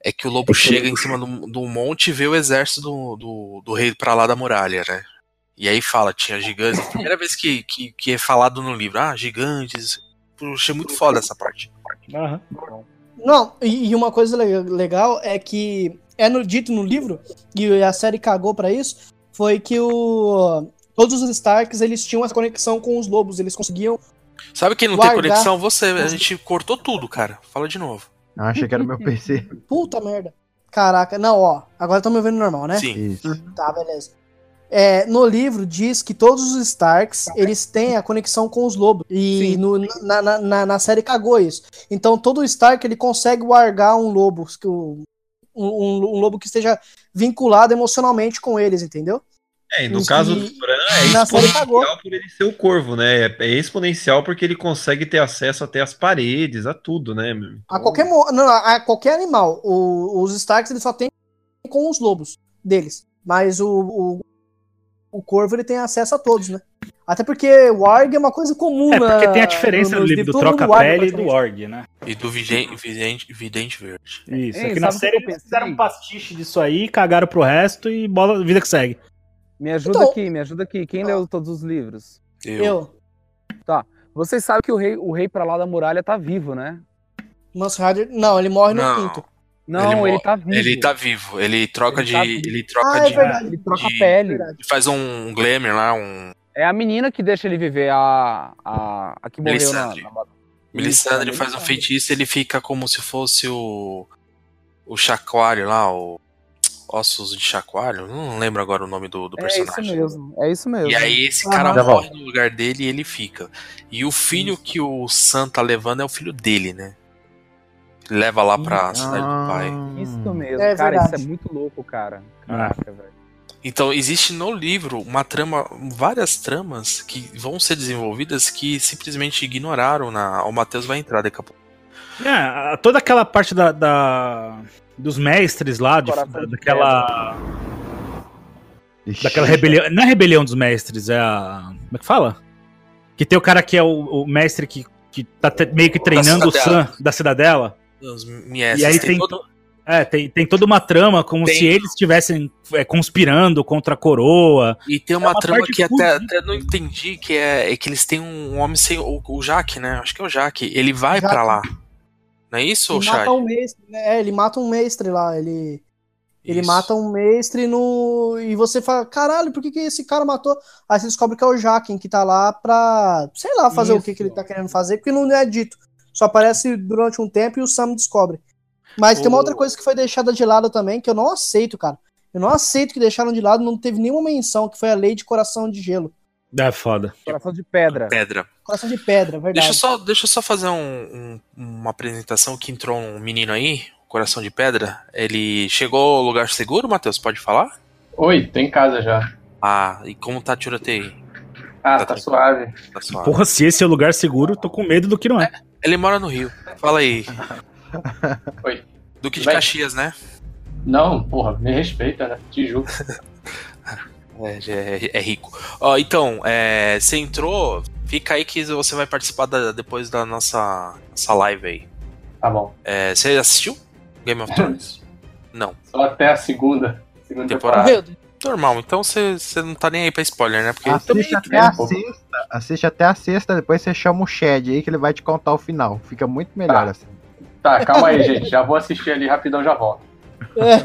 Speaker 4: é que o lobo chega em cima do, do monte e vê o exército do, do, do rei pra lá da muralha, né? E aí fala, tinha gigantes. É Primeira vez que, que, que é falado no livro, ah, gigantes. Eu achei muito foda essa parte.
Speaker 10: Não, e, e uma coisa le- legal é que é no, dito no livro, e a série cagou pra isso, foi que o todos os Starks eles tinham essa conexão com os lobos, eles conseguiam.
Speaker 4: Sabe quem não
Speaker 10: Guardar.
Speaker 4: tem conexão? Você. A gente cortou tudo, cara. Fala de novo.
Speaker 11: Ah, achei que era meu PC.
Speaker 10: Puta merda. Caraca, não, ó, agora estão me ouvindo normal, né?
Speaker 4: Sim.
Speaker 10: Tá, beleza. É, no livro diz que todos os Starks
Speaker 7: Tá.
Speaker 10: eles têm a conexão com os lobos. E no- na, na, na- na série cagou isso. Então todo Stark ele consegue largar um lobo, que o- um, um- um lobo que esteja vinculado emocionalmente com eles, entendeu?
Speaker 5: É, e no
Speaker 10: Os-
Speaker 5: caso do
Speaker 10: e-
Speaker 5: Bran é
Speaker 10: na série
Speaker 5: exponencial por ele ser o corvo, né? É, é exponencial porque ele consegue ter acesso até às paredes, a tudo, né? meu?
Speaker 10: A qualquer, mo- não, a a qualquer animal. O- os Starks eles só têm com os lobos deles. Mas o, o, o corvo ele tem acesso a todos, né? Até porque o Arg é uma coisa comum,
Speaker 7: É, porque
Speaker 10: na-
Speaker 7: tem a diferença
Speaker 10: no-
Speaker 7: do
Speaker 10: nos
Speaker 7: livro do
Speaker 10: livros, todo mundo warga
Speaker 7: Troca-Pele e do
Speaker 10: praticamente.
Speaker 7: Org, né?
Speaker 4: E do Vidente, vidente, vidente Verde.
Speaker 7: Isso,
Speaker 14: Ei,
Speaker 7: é que na
Speaker 14: sabe o que
Speaker 7: série eles fizeram um pastiche disso aí, cagaram pro resto e bola, vida que segue.
Speaker 14: Me ajuda
Speaker 7: Então-
Speaker 14: aqui, me ajuda aqui. Quem leu todos os livros?
Speaker 4: Eu.
Speaker 14: Tá. Vocês sabem que o rei, o rei pra lá da muralha tá vivo, né?
Speaker 10: Mansharder, não, ele morre no quinto.
Speaker 14: Não, ele,
Speaker 4: mo-
Speaker 14: tá vivo.
Speaker 4: Ele tá vivo. Ele troca de. Ele troca
Speaker 14: Ah, é
Speaker 4: de.
Speaker 14: verdade, ele troca
Speaker 4: de-
Speaker 14: a pele.
Speaker 4: Ele faz um glamour lá, um.
Speaker 14: É a menina que deixa ele viver, a, a, a que morreu na,
Speaker 4: Melisandre.
Speaker 14: na
Speaker 4: Melisandre faz um feitiço ele fica como se fosse o. O Chacoalho lá, o. Ossos de Chacoalho. Não lembro agora o nome do, do personagem.
Speaker 14: É mesmo, é isso mesmo.
Speaker 4: E aí esse cara
Speaker 14: Aham.
Speaker 4: morre no lugar dele e ele fica. E o filho que o Sam tá levando é o filho dele, né? Leva lá pra
Speaker 7: Hum,
Speaker 4: cidade do
Speaker 7: ah.
Speaker 4: pai.
Speaker 14: Isso mesmo,
Speaker 10: É
Speaker 14: cara,
Speaker 10: verdade.
Speaker 14: isso é muito louco, cara.
Speaker 17: É.
Speaker 14: Caraca, velho.
Speaker 4: Então, existe no livro uma trama, várias tramas que vão ser desenvolvidas que simplesmente ignoraram na. O Matheus vai entrar daqui a pouco.
Speaker 7: É, a- toda aquela parte da, da- dos mestres lá, de- da- daquela. Daquela rebelião. Não é rebelião dos mestres, é a. Como é que fala? Que tem o cara que é o, o mestre que, que tá te- meio que treinando o
Speaker 4: Cidadela.
Speaker 7: Sam da cidadela.
Speaker 4: Os Mieses,
Speaker 7: E aí
Speaker 4: tem
Speaker 7: tem,
Speaker 4: todo-
Speaker 7: é, tem, tem toda uma trama como
Speaker 4: Tem.
Speaker 7: se eles estivessem é, conspirando contra a coroa.
Speaker 4: E tem uma,
Speaker 7: É uma
Speaker 4: trama
Speaker 7: parte
Speaker 4: que até, até não entendi, que é, é que eles têm um homem sem. O, o Jaque, né? Acho que é o Jaque. Ele vai
Speaker 10: Jaque.
Speaker 4: pra lá. Não é isso,
Speaker 10: Ele mata
Speaker 4: Chad?
Speaker 10: um mestre, né? É, ele mata um mestre lá, ele. Ele mata um mestre no. E você fala, caralho, por que, que esse cara matou? Aí você descobre que é o Jaquen que tá lá pra. Sei lá, fazer o que, que ele tá querendo fazer, porque não é dito. Só aparece durante um tempo e o Sam descobre. Mas tem uma
Speaker 17: O-
Speaker 10: outra coisa que foi deixada de lado também, que eu não aceito, cara. Eu não aceito que deixaram de lado, não teve nenhuma menção, que foi a lei de coração de gelo.
Speaker 7: É foda.
Speaker 14: Coração de pedra.
Speaker 4: Pedra.
Speaker 10: Coração de pedra, verdade.
Speaker 4: Deixa eu só, deixa eu só fazer um- um- uma apresentação que entrou um menino aí, coração de pedra. Ele chegou ao lugar seguro, Matheus? Pode falar?
Speaker 17: Oi, tô em casa já.
Speaker 4: Ah, e como tá a tiroteio? aí?
Speaker 17: Ah, tá, suave.
Speaker 4: Tá suave.
Speaker 7: Porra, se esse é o lugar seguro, tô com medo do que não é.
Speaker 4: Ele mora no Rio. Fala aí.
Speaker 17: Oi.
Speaker 4: Duque de
Speaker 17: Vai.
Speaker 4: Caxias, né?
Speaker 17: Não, porra, me respeita, né? Tijuca.
Speaker 4: É, é- é rico. Ó, então, é, você entrou, fica aí que você vai participar da- depois da nossa, nossa live aí.
Speaker 17: Tá bom.
Speaker 4: É, você assistiu Game of Thrones? Não.
Speaker 17: Só até a segunda. Segunda
Speaker 4: Temporada.
Speaker 17: temporada.
Speaker 4: Normal, então você você não tá nem aí pra spoiler, né? Porque também
Speaker 11: Assiste até a sexta. Assiste até a sexta, depois você chama o Shed aí que ele vai te contar o final. Fica muito melhor assim.
Speaker 17: Tá, calma aí, gente. Já vou assistir ali rapidão, já volto.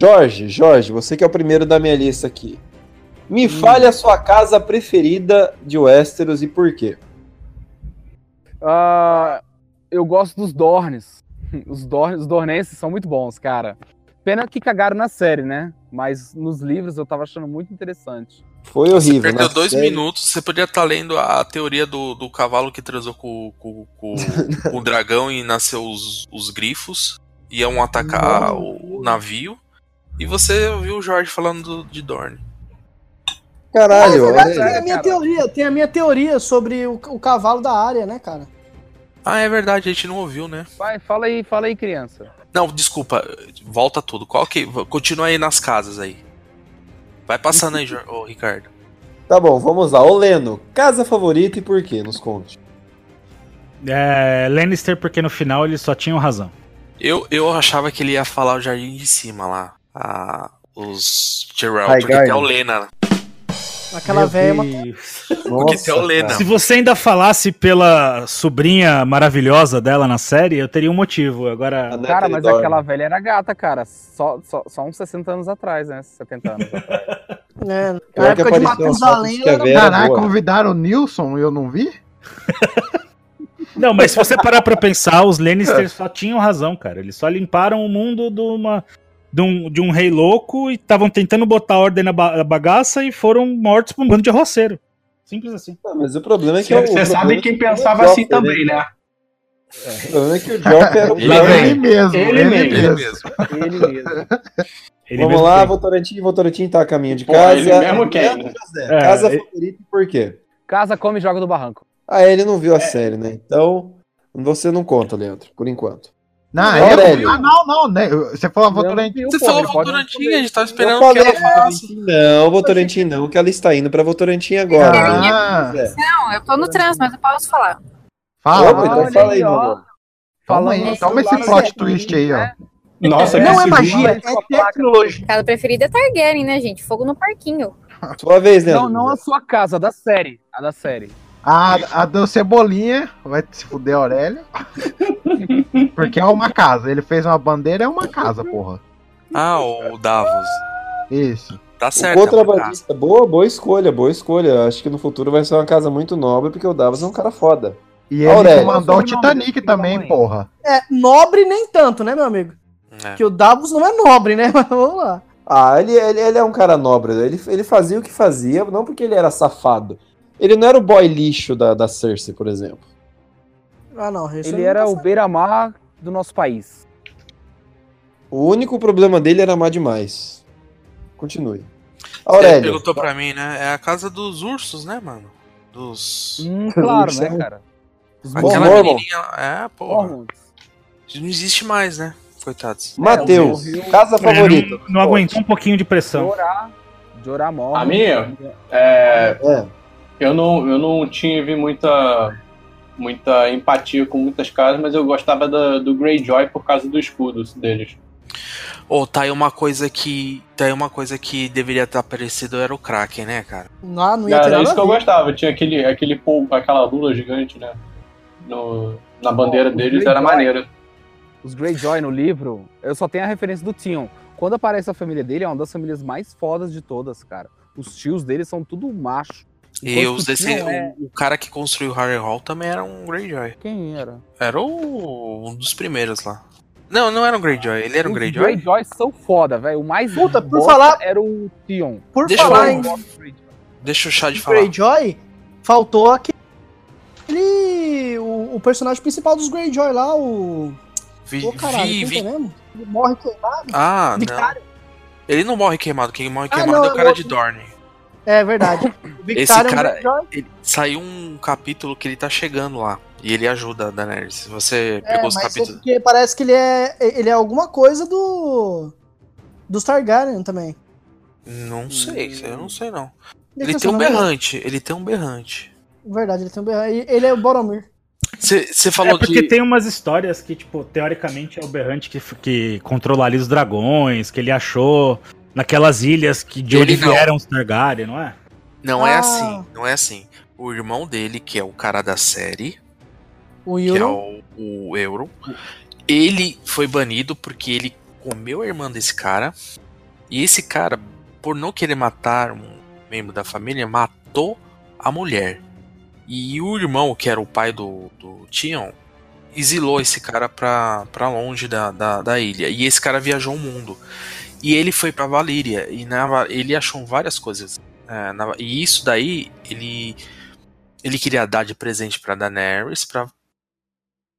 Speaker 5: Jorge, Jorge, você que é o primeiro da minha lista aqui. Me
Speaker 10: Hum.
Speaker 5: fale a sua casa preferida de Westeros e por quê?
Speaker 14: Ah, eu gosto dos Dornes. Os, Dornes. os Dornenses são muito bons, cara. Pena que cagaram na série, né? Mas nos livros eu tava achando muito interessante.
Speaker 5: Foi
Speaker 4: Você
Speaker 5: horrível.
Speaker 4: perdeu
Speaker 5: né?
Speaker 4: dois
Speaker 5: Sério.
Speaker 4: minutos, você podia estar lendo a teoria do, do cavalo que transou com, com- com- com o dragão e nasceu os, os grifos, iam atacar o, o navio, e você ouviu o Jorge falando do- de Dorne.
Speaker 5: Caralho,
Speaker 10: Mas,
Speaker 11: É,
Speaker 5: olha
Speaker 10: aliás, tem
Speaker 5: aí,
Speaker 10: É a minha
Speaker 5: cara.
Speaker 10: teoria, tem a minha teoria sobre o, o cavalo da área, né, cara?
Speaker 4: Ah, é verdade, a gente não ouviu, né?
Speaker 14: Vai, fala aí, fala aí, criança.
Speaker 4: Não, desculpa, volta tudo. Qual que. Continua aí nas casas aí. Vai passando aí, Jor- ô, Ricardo.
Speaker 5: Tá bom, vamos lá. Ô Leno, casa favorita e por quê? Nos conte.
Speaker 7: É, Lannister, porque no final eles só tinham razão.
Speaker 4: Eu, eu achava que ele ia falar o jardim de cima lá. Ah, os Geralt,
Speaker 7: High
Speaker 4: porque
Speaker 7: Garden.
Speaker 4: tem o Lena. né?
Speaker 10: Aquela é
Speaker 7: Meu
Speaker 10: velha.
Speaker 4: Porque tem o Lena.
Speaker 7: Se você ainda falasse pela sobrinha maravilhosa dela na série, eu teria um motivo. Agora.
Speaker 4: é
Speaker 14: Cara, mas aquela velha era gata, cara. Só, só, só uns 60 anos atrás, né? 70 anos atrás.
Speaker 10: É, na
Speaker 14: que
Speaker 10: época de
Speaker 14: apareceu as
Speaker 10: Matusalém,
Speaker 14: fotos que a
Speaker 10: ela
Speaker 14: Vera
Speaker 10: era-
Speaker 11: Caraca,
Speaker 10: boa.
Speaker 11: convidaram o Nilson e eu não vi?
Speaker 7: Não, mas se você parar pra pensar, os Lannisters só tinham razão, cara. Eles só limparam o mundo de, uma, de, um, de um rei louco e estavam tentando botar ordem na ba- na bagaça e foram mortos por um bando de arroceiro. Simples assim.
Speaker 5: mas o problema é que
Speaker 7: Você-
Speaker 5: o- o
Speaker 7: você sabe
Speaker 5: problema é
Speaker 7: quem
Speaker 5: que o
Speaker 7: pensava
Speaker 5: Joffrey,
Speaker 7: assim também, né?
Speaker 5: O problema é que o Joffrey era o
Speaker 7: Ele
Speaker 5: pior.
Speaker 7: mesmo, ele mesmo.
Speaker 14: Ele mesmo.
Speaker 7: Ele
Speaker 5: Vamos
Speaker 7: mesmo
Speaker 5: lá,
Speaker 7: quem?
Speaker 5: Votorantim, Votorantim tá a caminho de
Speaker 14: Porra,
Speaker 5: casa.
Speaker 14: ele mesmo quem?
Speaker 5: Leandro José,
Speaker 14: É,
Speaker 5: casa
Speaker 14: ele-
Speaker 5: favorita e por quê?
Speaker 14: Casa come e joga do barranco.
Speaker 5: Ah, ele não
Speaker 14: É.
Speaker 5: viu a série, né? Então, você não conta, Leandro, por enquanto.
Speaker 11: Não,
Speaker 5: Aurélio.
Speaker 11: eu, ah, não, não, né? Você falou a Votorantim.
Speaker 4: Você falou Votorantim, a gente tava
Speaker 5: Eu
Speaker 4: esperando que
Speaker 5: falei
Speaker 4: ela falasse.
Speaker 5: Votorantim não, Votorantim não, que ela está indo pra Votorantim agora.
Speaker 18: Ah.
Speaker 5: Leandro José.
Speaker 18: Não, eu tô no trânsito, mas eu posso falar.
Speaker 5: Fala,
Speaker 11: Fala,
Speaker 5: então
Speaker 11: olha
Speaker 5: fala aí,
Speaker 11: aí,
Speaker 5: meu
Speaker 11: ó.
Speaker 5: amor.
Speaker 11: Toma,
Speaker 18: Fala
Speaker 11: aí,
Speaker 18: aí,
Speaker 11: toma esse
Speaker 18: celular,
Speaker 11: plot
Speaker 18: né?
Speaker 11: twist aí, ó.
Speaker 18: Nossa,
Speaker 11: não é
Speaker 18: esse
Speaker 11: magia,
Speaker 18: celular-
Speaker 11: é tecnologia.
Speaker 18: Casa preferida é Targaryen, né, gente? Fogo no parquinho.
Speaker 5: Sua vez, né,
Speaker 11: Leandro.
Speaker 14: Não, não a sua casa, a da série. A da série.
Speaker 11: A, a do Cebolinha vai se fuder Aurélio. Porque é uma casa. Ele fez uma bandeira, é uma casa, porra.
Speaker 4: Ah, o Davos.
Speaker 11: Isso.
Speaker 4: Tá
Speaker 5: o
Speaker 4: certo. é uma casa.
Speaker 5: contrabandista, boa, boa escolha, boa escolha. Acho que no futuro vai ser uma casa muito nobre, porque o Davos é um cara foda.
Speaker 11: E ele comandou o Titanic também, porra.
Speaker 10: É, nobre nem tanto, né, meu amigo? Que o Davos não é nobre, né? Mas vamos lá.
Speaker 5: Ah, ele, ele, ele é um cara nobre. Ele, ele fazia o que fazia, não porque ele era safado. Ele não era o boy lixo da, da Cersei, por exemplo.
Speaker 10: Ah, não, isso
Speaker 14: Ele
Speaker 10: eu
Speaker 14: era
Speaker 10: não
Speaker 14: o beira-mar do nosso país.
Speaker 5: O único problema dele era amar demais. Continue.
Speaker 4: Ele
Speaker 5: Aurélio.
Speaker 4: perguntou pra mim, né? É a casa dos ursos, né, mano? Dos.
Speaker 14: claro, né, cara?
Speaker 4: Aquela
Speaker 5: Mormons.
Speaker 4: menininha. É, porra. Não existe mais, né? Coitados.
Speaker 5: Mateus,
Speaker 7: É, não- Não, aguentou um pouquinho de pressão.
Speaker 14: Jorah. Jorah morre.
Speaker 17: A minha, é, Eu, não, eu não tive muita, muita empatia com muitas casas, mas eu gostava da, do Greyjoy por causa do escudo deles.
Speaker 4: Ou tá aí uma coisa que. Tá aí uma coisa que deveria ter aparecido era o Kraken, né, cara?
Speaker 10: Não, Ah, não ia ter
Speaker 17: Cara, é
Speaker 10: nada
Speaker 17: isso que
Speaker 10: a
Speaker 17: eu
Speaker 10: ver.
Speaker 17: gostava, tinha aquele, aquele polvo, aquela lula gigante, né? No, na bandeira
Speaker 14: Ó, o
Speaker 17: deles era
Speaker 14: Greyjoy-
Speaker 17: maneira.
Speaker 14: Os Greyjoy no livro, eu só tenho a referência do Tion. Quando aparece a família dele, é uma das famílias mais fodas de todas, cara. Os tios dele são tudo macho.
Speaker 4: E
Speaker 14: Enquanto
Speaker 4: os
Speaker 14: que o
Speaker 4: desse,
Speaker 14: Tion é-
Speaker 4: o, o cara que construiu Harry Hall também era um Greyjoy.
Speaker 14: Quem era?
Speaker 4: Era o, um dos primeiros lá. Não, não era um Greyjoy, ele era um
Speaker 14: Os
Speaker 4: Greyjoy.
Speaker 14: Greyjoy são foda, velho. O mais Puta,
Speaker 10: por falar-
Speaker 14: era o Tion.
Speaker 10: Por
Speaker 4: Deixa eu- um-
Speaker 10: falar em
Speaker 4: Deixa o chá de falar.
Speaker 10: Greyjoy, faltou aquele. O, o personagem principal dos Greyjoy lá, o.
Speaker 4: Vi-
Speaker 10: Ô, caralho,
Speaker 4: vi-
Speaker 10: quem
Speaker 4: vi-
Speaker 10: que é mesmo? Ele morre queimado.
Speaker 4: Ah,
Speaker 10: Vicário.
Speaker 4: não. Ele não morre queimado, quem morre
Speaker 10: Ah,
Speaker 4: queimado
Speaker 10: não,
Speaker 4: é
Speaker 10: é
Speaker 4: o
Speaker 10: o
Speaker 4: cara
Speaker 10: outro.
Speaker 4: de Dorne.
Speaker 10: É verdade. O
Speaker 4: Esse
Speaker 10: Vicário é um
Speaker 4: cara,
Speaker 10: Greyjoy.
Speaker 4: ele- saiu um capítulo que ele tá chegando lá. E ele ajuda a Daenerys. Se Você
Speaker 10: É,
Speaker 4: pegou os
Speaker 10: mas é
Speaker 4: capítulos.
Speaker 10: porque parece que ele é, ele é alguma coisa do. Dos Targaryen também.
Speaker 4: Não sei, isso aí eu não sei não.
Speaker 10: Hum. Deixa
Speaker 4: ele
Speaker 10: eu
Speaker 4: tem
Speaker 10: só
Speaker 4: um
Speaker 10: não-
Speaker 4: berrante, ele tem um berrante.
Speaker 10: Verdade, ele tem um berrante. E Ele é o Boromir.
Speaker 4: Você
Speaker 7: É
Speaker 4: falou
Speaker 7: porque
Speaker 4: de.
Speaker 7: tem umas histórias que, tipo, teoricamente é o Berrante que, f- que controla ali os dragões, que ele achou naquelas ilhas que de onde
Speaker 4: Ele não.
Speaker 7: vieram os Targaryen, não é?
Speaker 4: Não é
Speaker 7: Ah.
Speaker 4: assim, não é assim. O irmão dele, que é o cara da série,
Speaker 10: O
Speaker 4: que é
Speaker 10: Euron.
Speaker 4: o, o Euron, ele foi banido porque ele comeu a irmã desse cara. E esse cara, por não querer matar um membro da família, matou a mulher. E o irmão, que era o pai do, do Tion, exilou esse cara pra, pra longe da, da, da ilha. E esse cara viajou o mundo. E ele foi pra Valíria. E na, Va- ele achou várias coisas. É, na- e isso daí, ele. Ele queria dar de presente pra Daenerys pra,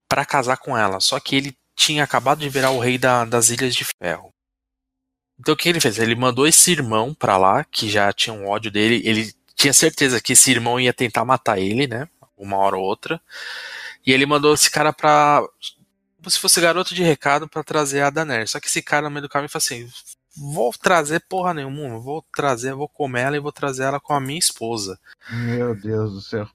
Speaker 4: pra casar com ela. Só que ele tinha acabado de virar o rei da- das Ilhas de Ferro. Então o que ele fez? Ele mandou esse irmão pra lá, que já tinha um ódio dele. Ele tinha certeza que esse irmão ia tentar matar ele, né? Uma hora ou outra. E ele mandou esse cara pra. Como se fosse garoto de recado pra trazer a Daenerys. Só que esse cara no meio do caminho falou assim: vou trazer porra nenhuma, vou trazer, vou comer ela e vou trazer ela com a minha esposa.
Speaker 11: Meu Deus do céu.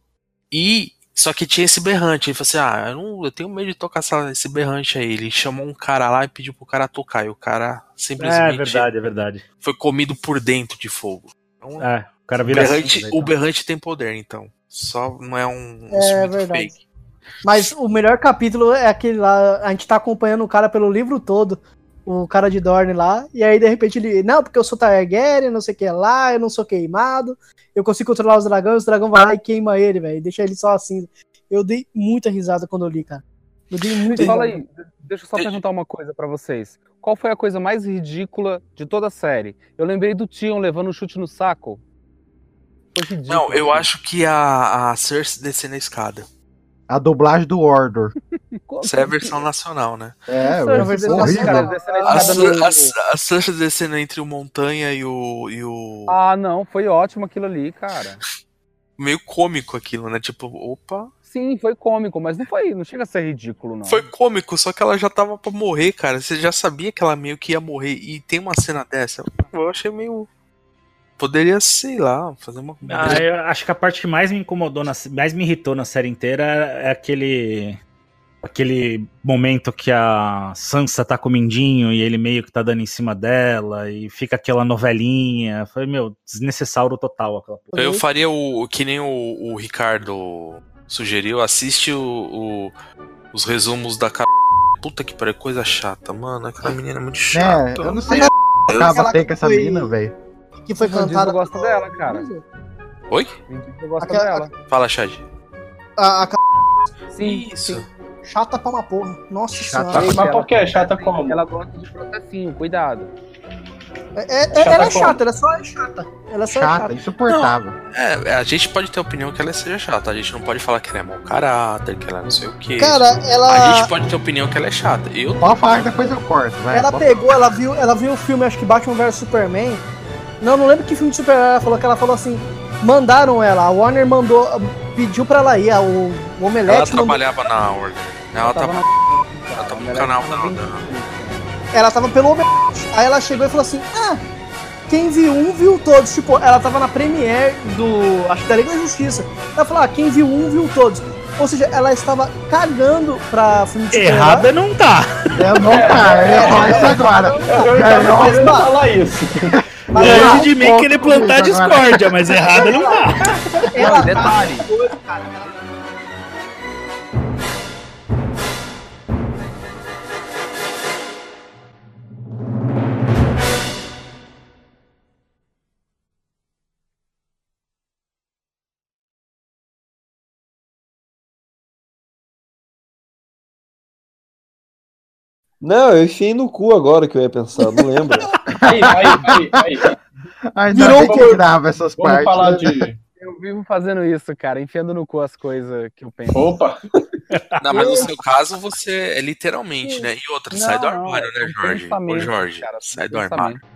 Speaker 4: E só que tinha esse berrante. Ele falou assim: Ah, eu, não- eu tenho medo de tocar essa- esse berrante aí. Ele chamou um cara lá e pediu pro cara tocar. E o cara simplesmente
Speaker 7: É verdade, é verdade.
Speaker 4: foi comido por dentro de fogo. Então,
Speaker 7: É, o cara vira
Speaker 4: berrante,
Speaker 7: cinza,
Speaker 4: O
Speaker 7: então.
Speaker 4: berrante tem poder, então. Só não é um. um
Speaker 10: É
Speaker 4: assunto
Speaker 10: verdade.
Speaker 4: fake.
Speaker 10: Mas o melhor capítulo é aquele lá, a gente tá acompanhando o cara pelo livro todo, o cara de Dorne lá, e aí de repente ele, não, porque eu sou Targaryen, não sei o que lá, eu não sou queimado, eu consigo controlar os dragões, os dragões vai lá e queima ele, velho, deixa ele só assim. Eu dei muita risada quando eu li, cara. Eu dei muita risada.
Speaker 14: Fala aí, de- deixa eu só perguntar uma coisa pra vocês. Qual foi a coisa mais ridícula de toda a série? Eu lembrei do Tion levando um chute no saco. Foi ridículo.
Speaker 4: Não, eu acho que a, a Cersei descendo a escada.
Speaker 11: A dublagem do Ordor.
Speaker 4: Isso é a versão nacional, né?
Speaker 11: É, A Cersei descendo horrível.
Speaker 14: assim,
Speaker 11: a escada, descendo a
Speaker 4: A
Speaker 11: escada
Speaker 4: Cer-
Speaker 11: no-
Speaker 4: a C- A Cersei descendo entre o Montanha e o. E o...
Speaker 14: Ah, não, foi ótimo aquilo ali, cara.
Speaker 4: Meio cômico aquilo, né? Tipo, opa.
Speaker 14: Sim, foi cômico, mas não foi, não chega a ser ridículo, não.
Speaker 4: Foi cômico, só que ela já tava pra morrer, cara. Você já sabia que ela meio que ia morrer. E tem uma cena dessa. Eu achei meio. Poderia, sei lá, fazer uma.
Speaker 7: Ah, eu acho que a parte que mais me incomodou, na, mais me irritou na série inteira é aquele. Aquele momento que a Sansa tá com o Mindinho e ele meio que tá dando em cima dela e fica aquela novelinha. Foi, meu, desnecessário total aquela porra.
Speaker 4: Eu faria o, o que nem o, o Ricardo sugeriu, assiste o, o- os resumos da cara. Puta que pariu, coisa chata, mano. Aquela menina é muito
Speaker 11: É,
Speaker 4: chata.
Speaker 11: eu não sei se acaba ter com essa
Speaker 4: Foi-
Speaker 11: menina, velho.
Speaker 10: Que foi é.
Speaker 14: cantada. Eu gosto dela, cara.
Speaker 4: Oi?
Speaker 14: Eu gosto
Speaker 10: Aquela-
Speaker 14: dela.
Speaker 4: Fala, Chad.
Speaker 10: A, a...
Speaker 14: Sim,
Speaker 4: Isso.
Speaker 10: Chata pra uma porra. Nossa
Speaker 14: Chata
Speaker 10: senhora.
Speaker 14: Mas por
Speaker 17: quê? Chata como?
Speaker 14: Ela gosta de processinho, cuidado.
Speaker 10: É, é-
Speaker 14: Chata
Speaker 10: ela é
Speaker 14: como?
Speaker 10: chata, ela só é chata. Ela só é chata.
Speaker 11: insuportável.
Speaker 4: É, a gente pode ter opinião que ela seja chata. A gente não pode falar que ela é mau caráter, que ela é não sei o que.
Speaker 10: Cara, ela-
Speaker 4: A gente pode ter opinião que ela é chata. Eu
Speaker 11: Pode falar que depois eu corto, vai.
Speaker 10: ela
Speaker 11: Pode-
Speaker 10: pegou, ela viu, ela viu o filme, acho que Batman vs Superman. Não, não lembro que filme de super-herói ela falou que ela falou assim, mandaram ela, a Warner mandou, pediu pra ela ir, a- o, o Omelete
Speaker 4: Ela
Speaker 10: mandou-
Speaker 4: trabalhava na Warner. Ela tava. Ela tava no canal da.
Speaker 10: ela tava pelo Omelete. Aí ela chegou e falou assim, ah, quem viu um, viu todos. Tipo, ela tava na premiere do, acho que da Liga da Justiça. Ela falou, ah, quem viu um, viu todos. Ou seja, ela estava cagando pra filme de super-herói.
Speaker 7: Errada não tá.
Speaker 11: Eu não, cara, eu ia falar isso agora.
Speaker 10: querendo
Speaker 17: falar isso.
Speaker 7: Longe de mim querer plantar discórdia, mas errada não tá.
Speaker 10: Ela
Speaker 14: detalhe.
Speaker 5: Não, eu enfiei no cu agora que eu ia pensar, não lembro.
Speaker 17: Aí, aí, aí, aí.
Speaker 11: Ainda
Speaker 5: Virou
Speaker 11: bem
Speaker 5: um
Speaker 11: que
Speaker 5: corpo.
Speaker 11: grava essas
Speaker 5: Vamos
Speaker 11: partes.
Speaker 5: falar
Speaker 17: de-
Speaker 14: Eu vivo fazendo isso, cara, enfiando no cu as coisas que eu penso.
Speaker 17: Opa!
Speaker 4: Não, mas no seu caso você é literalmente, né? E outra, sai do
Speaker 14: Não, não,
Speaker 4: armário, né, Jorge? Ô,
Speaker 14: pensamento,
Speaker 4: Jorge, sai do armário.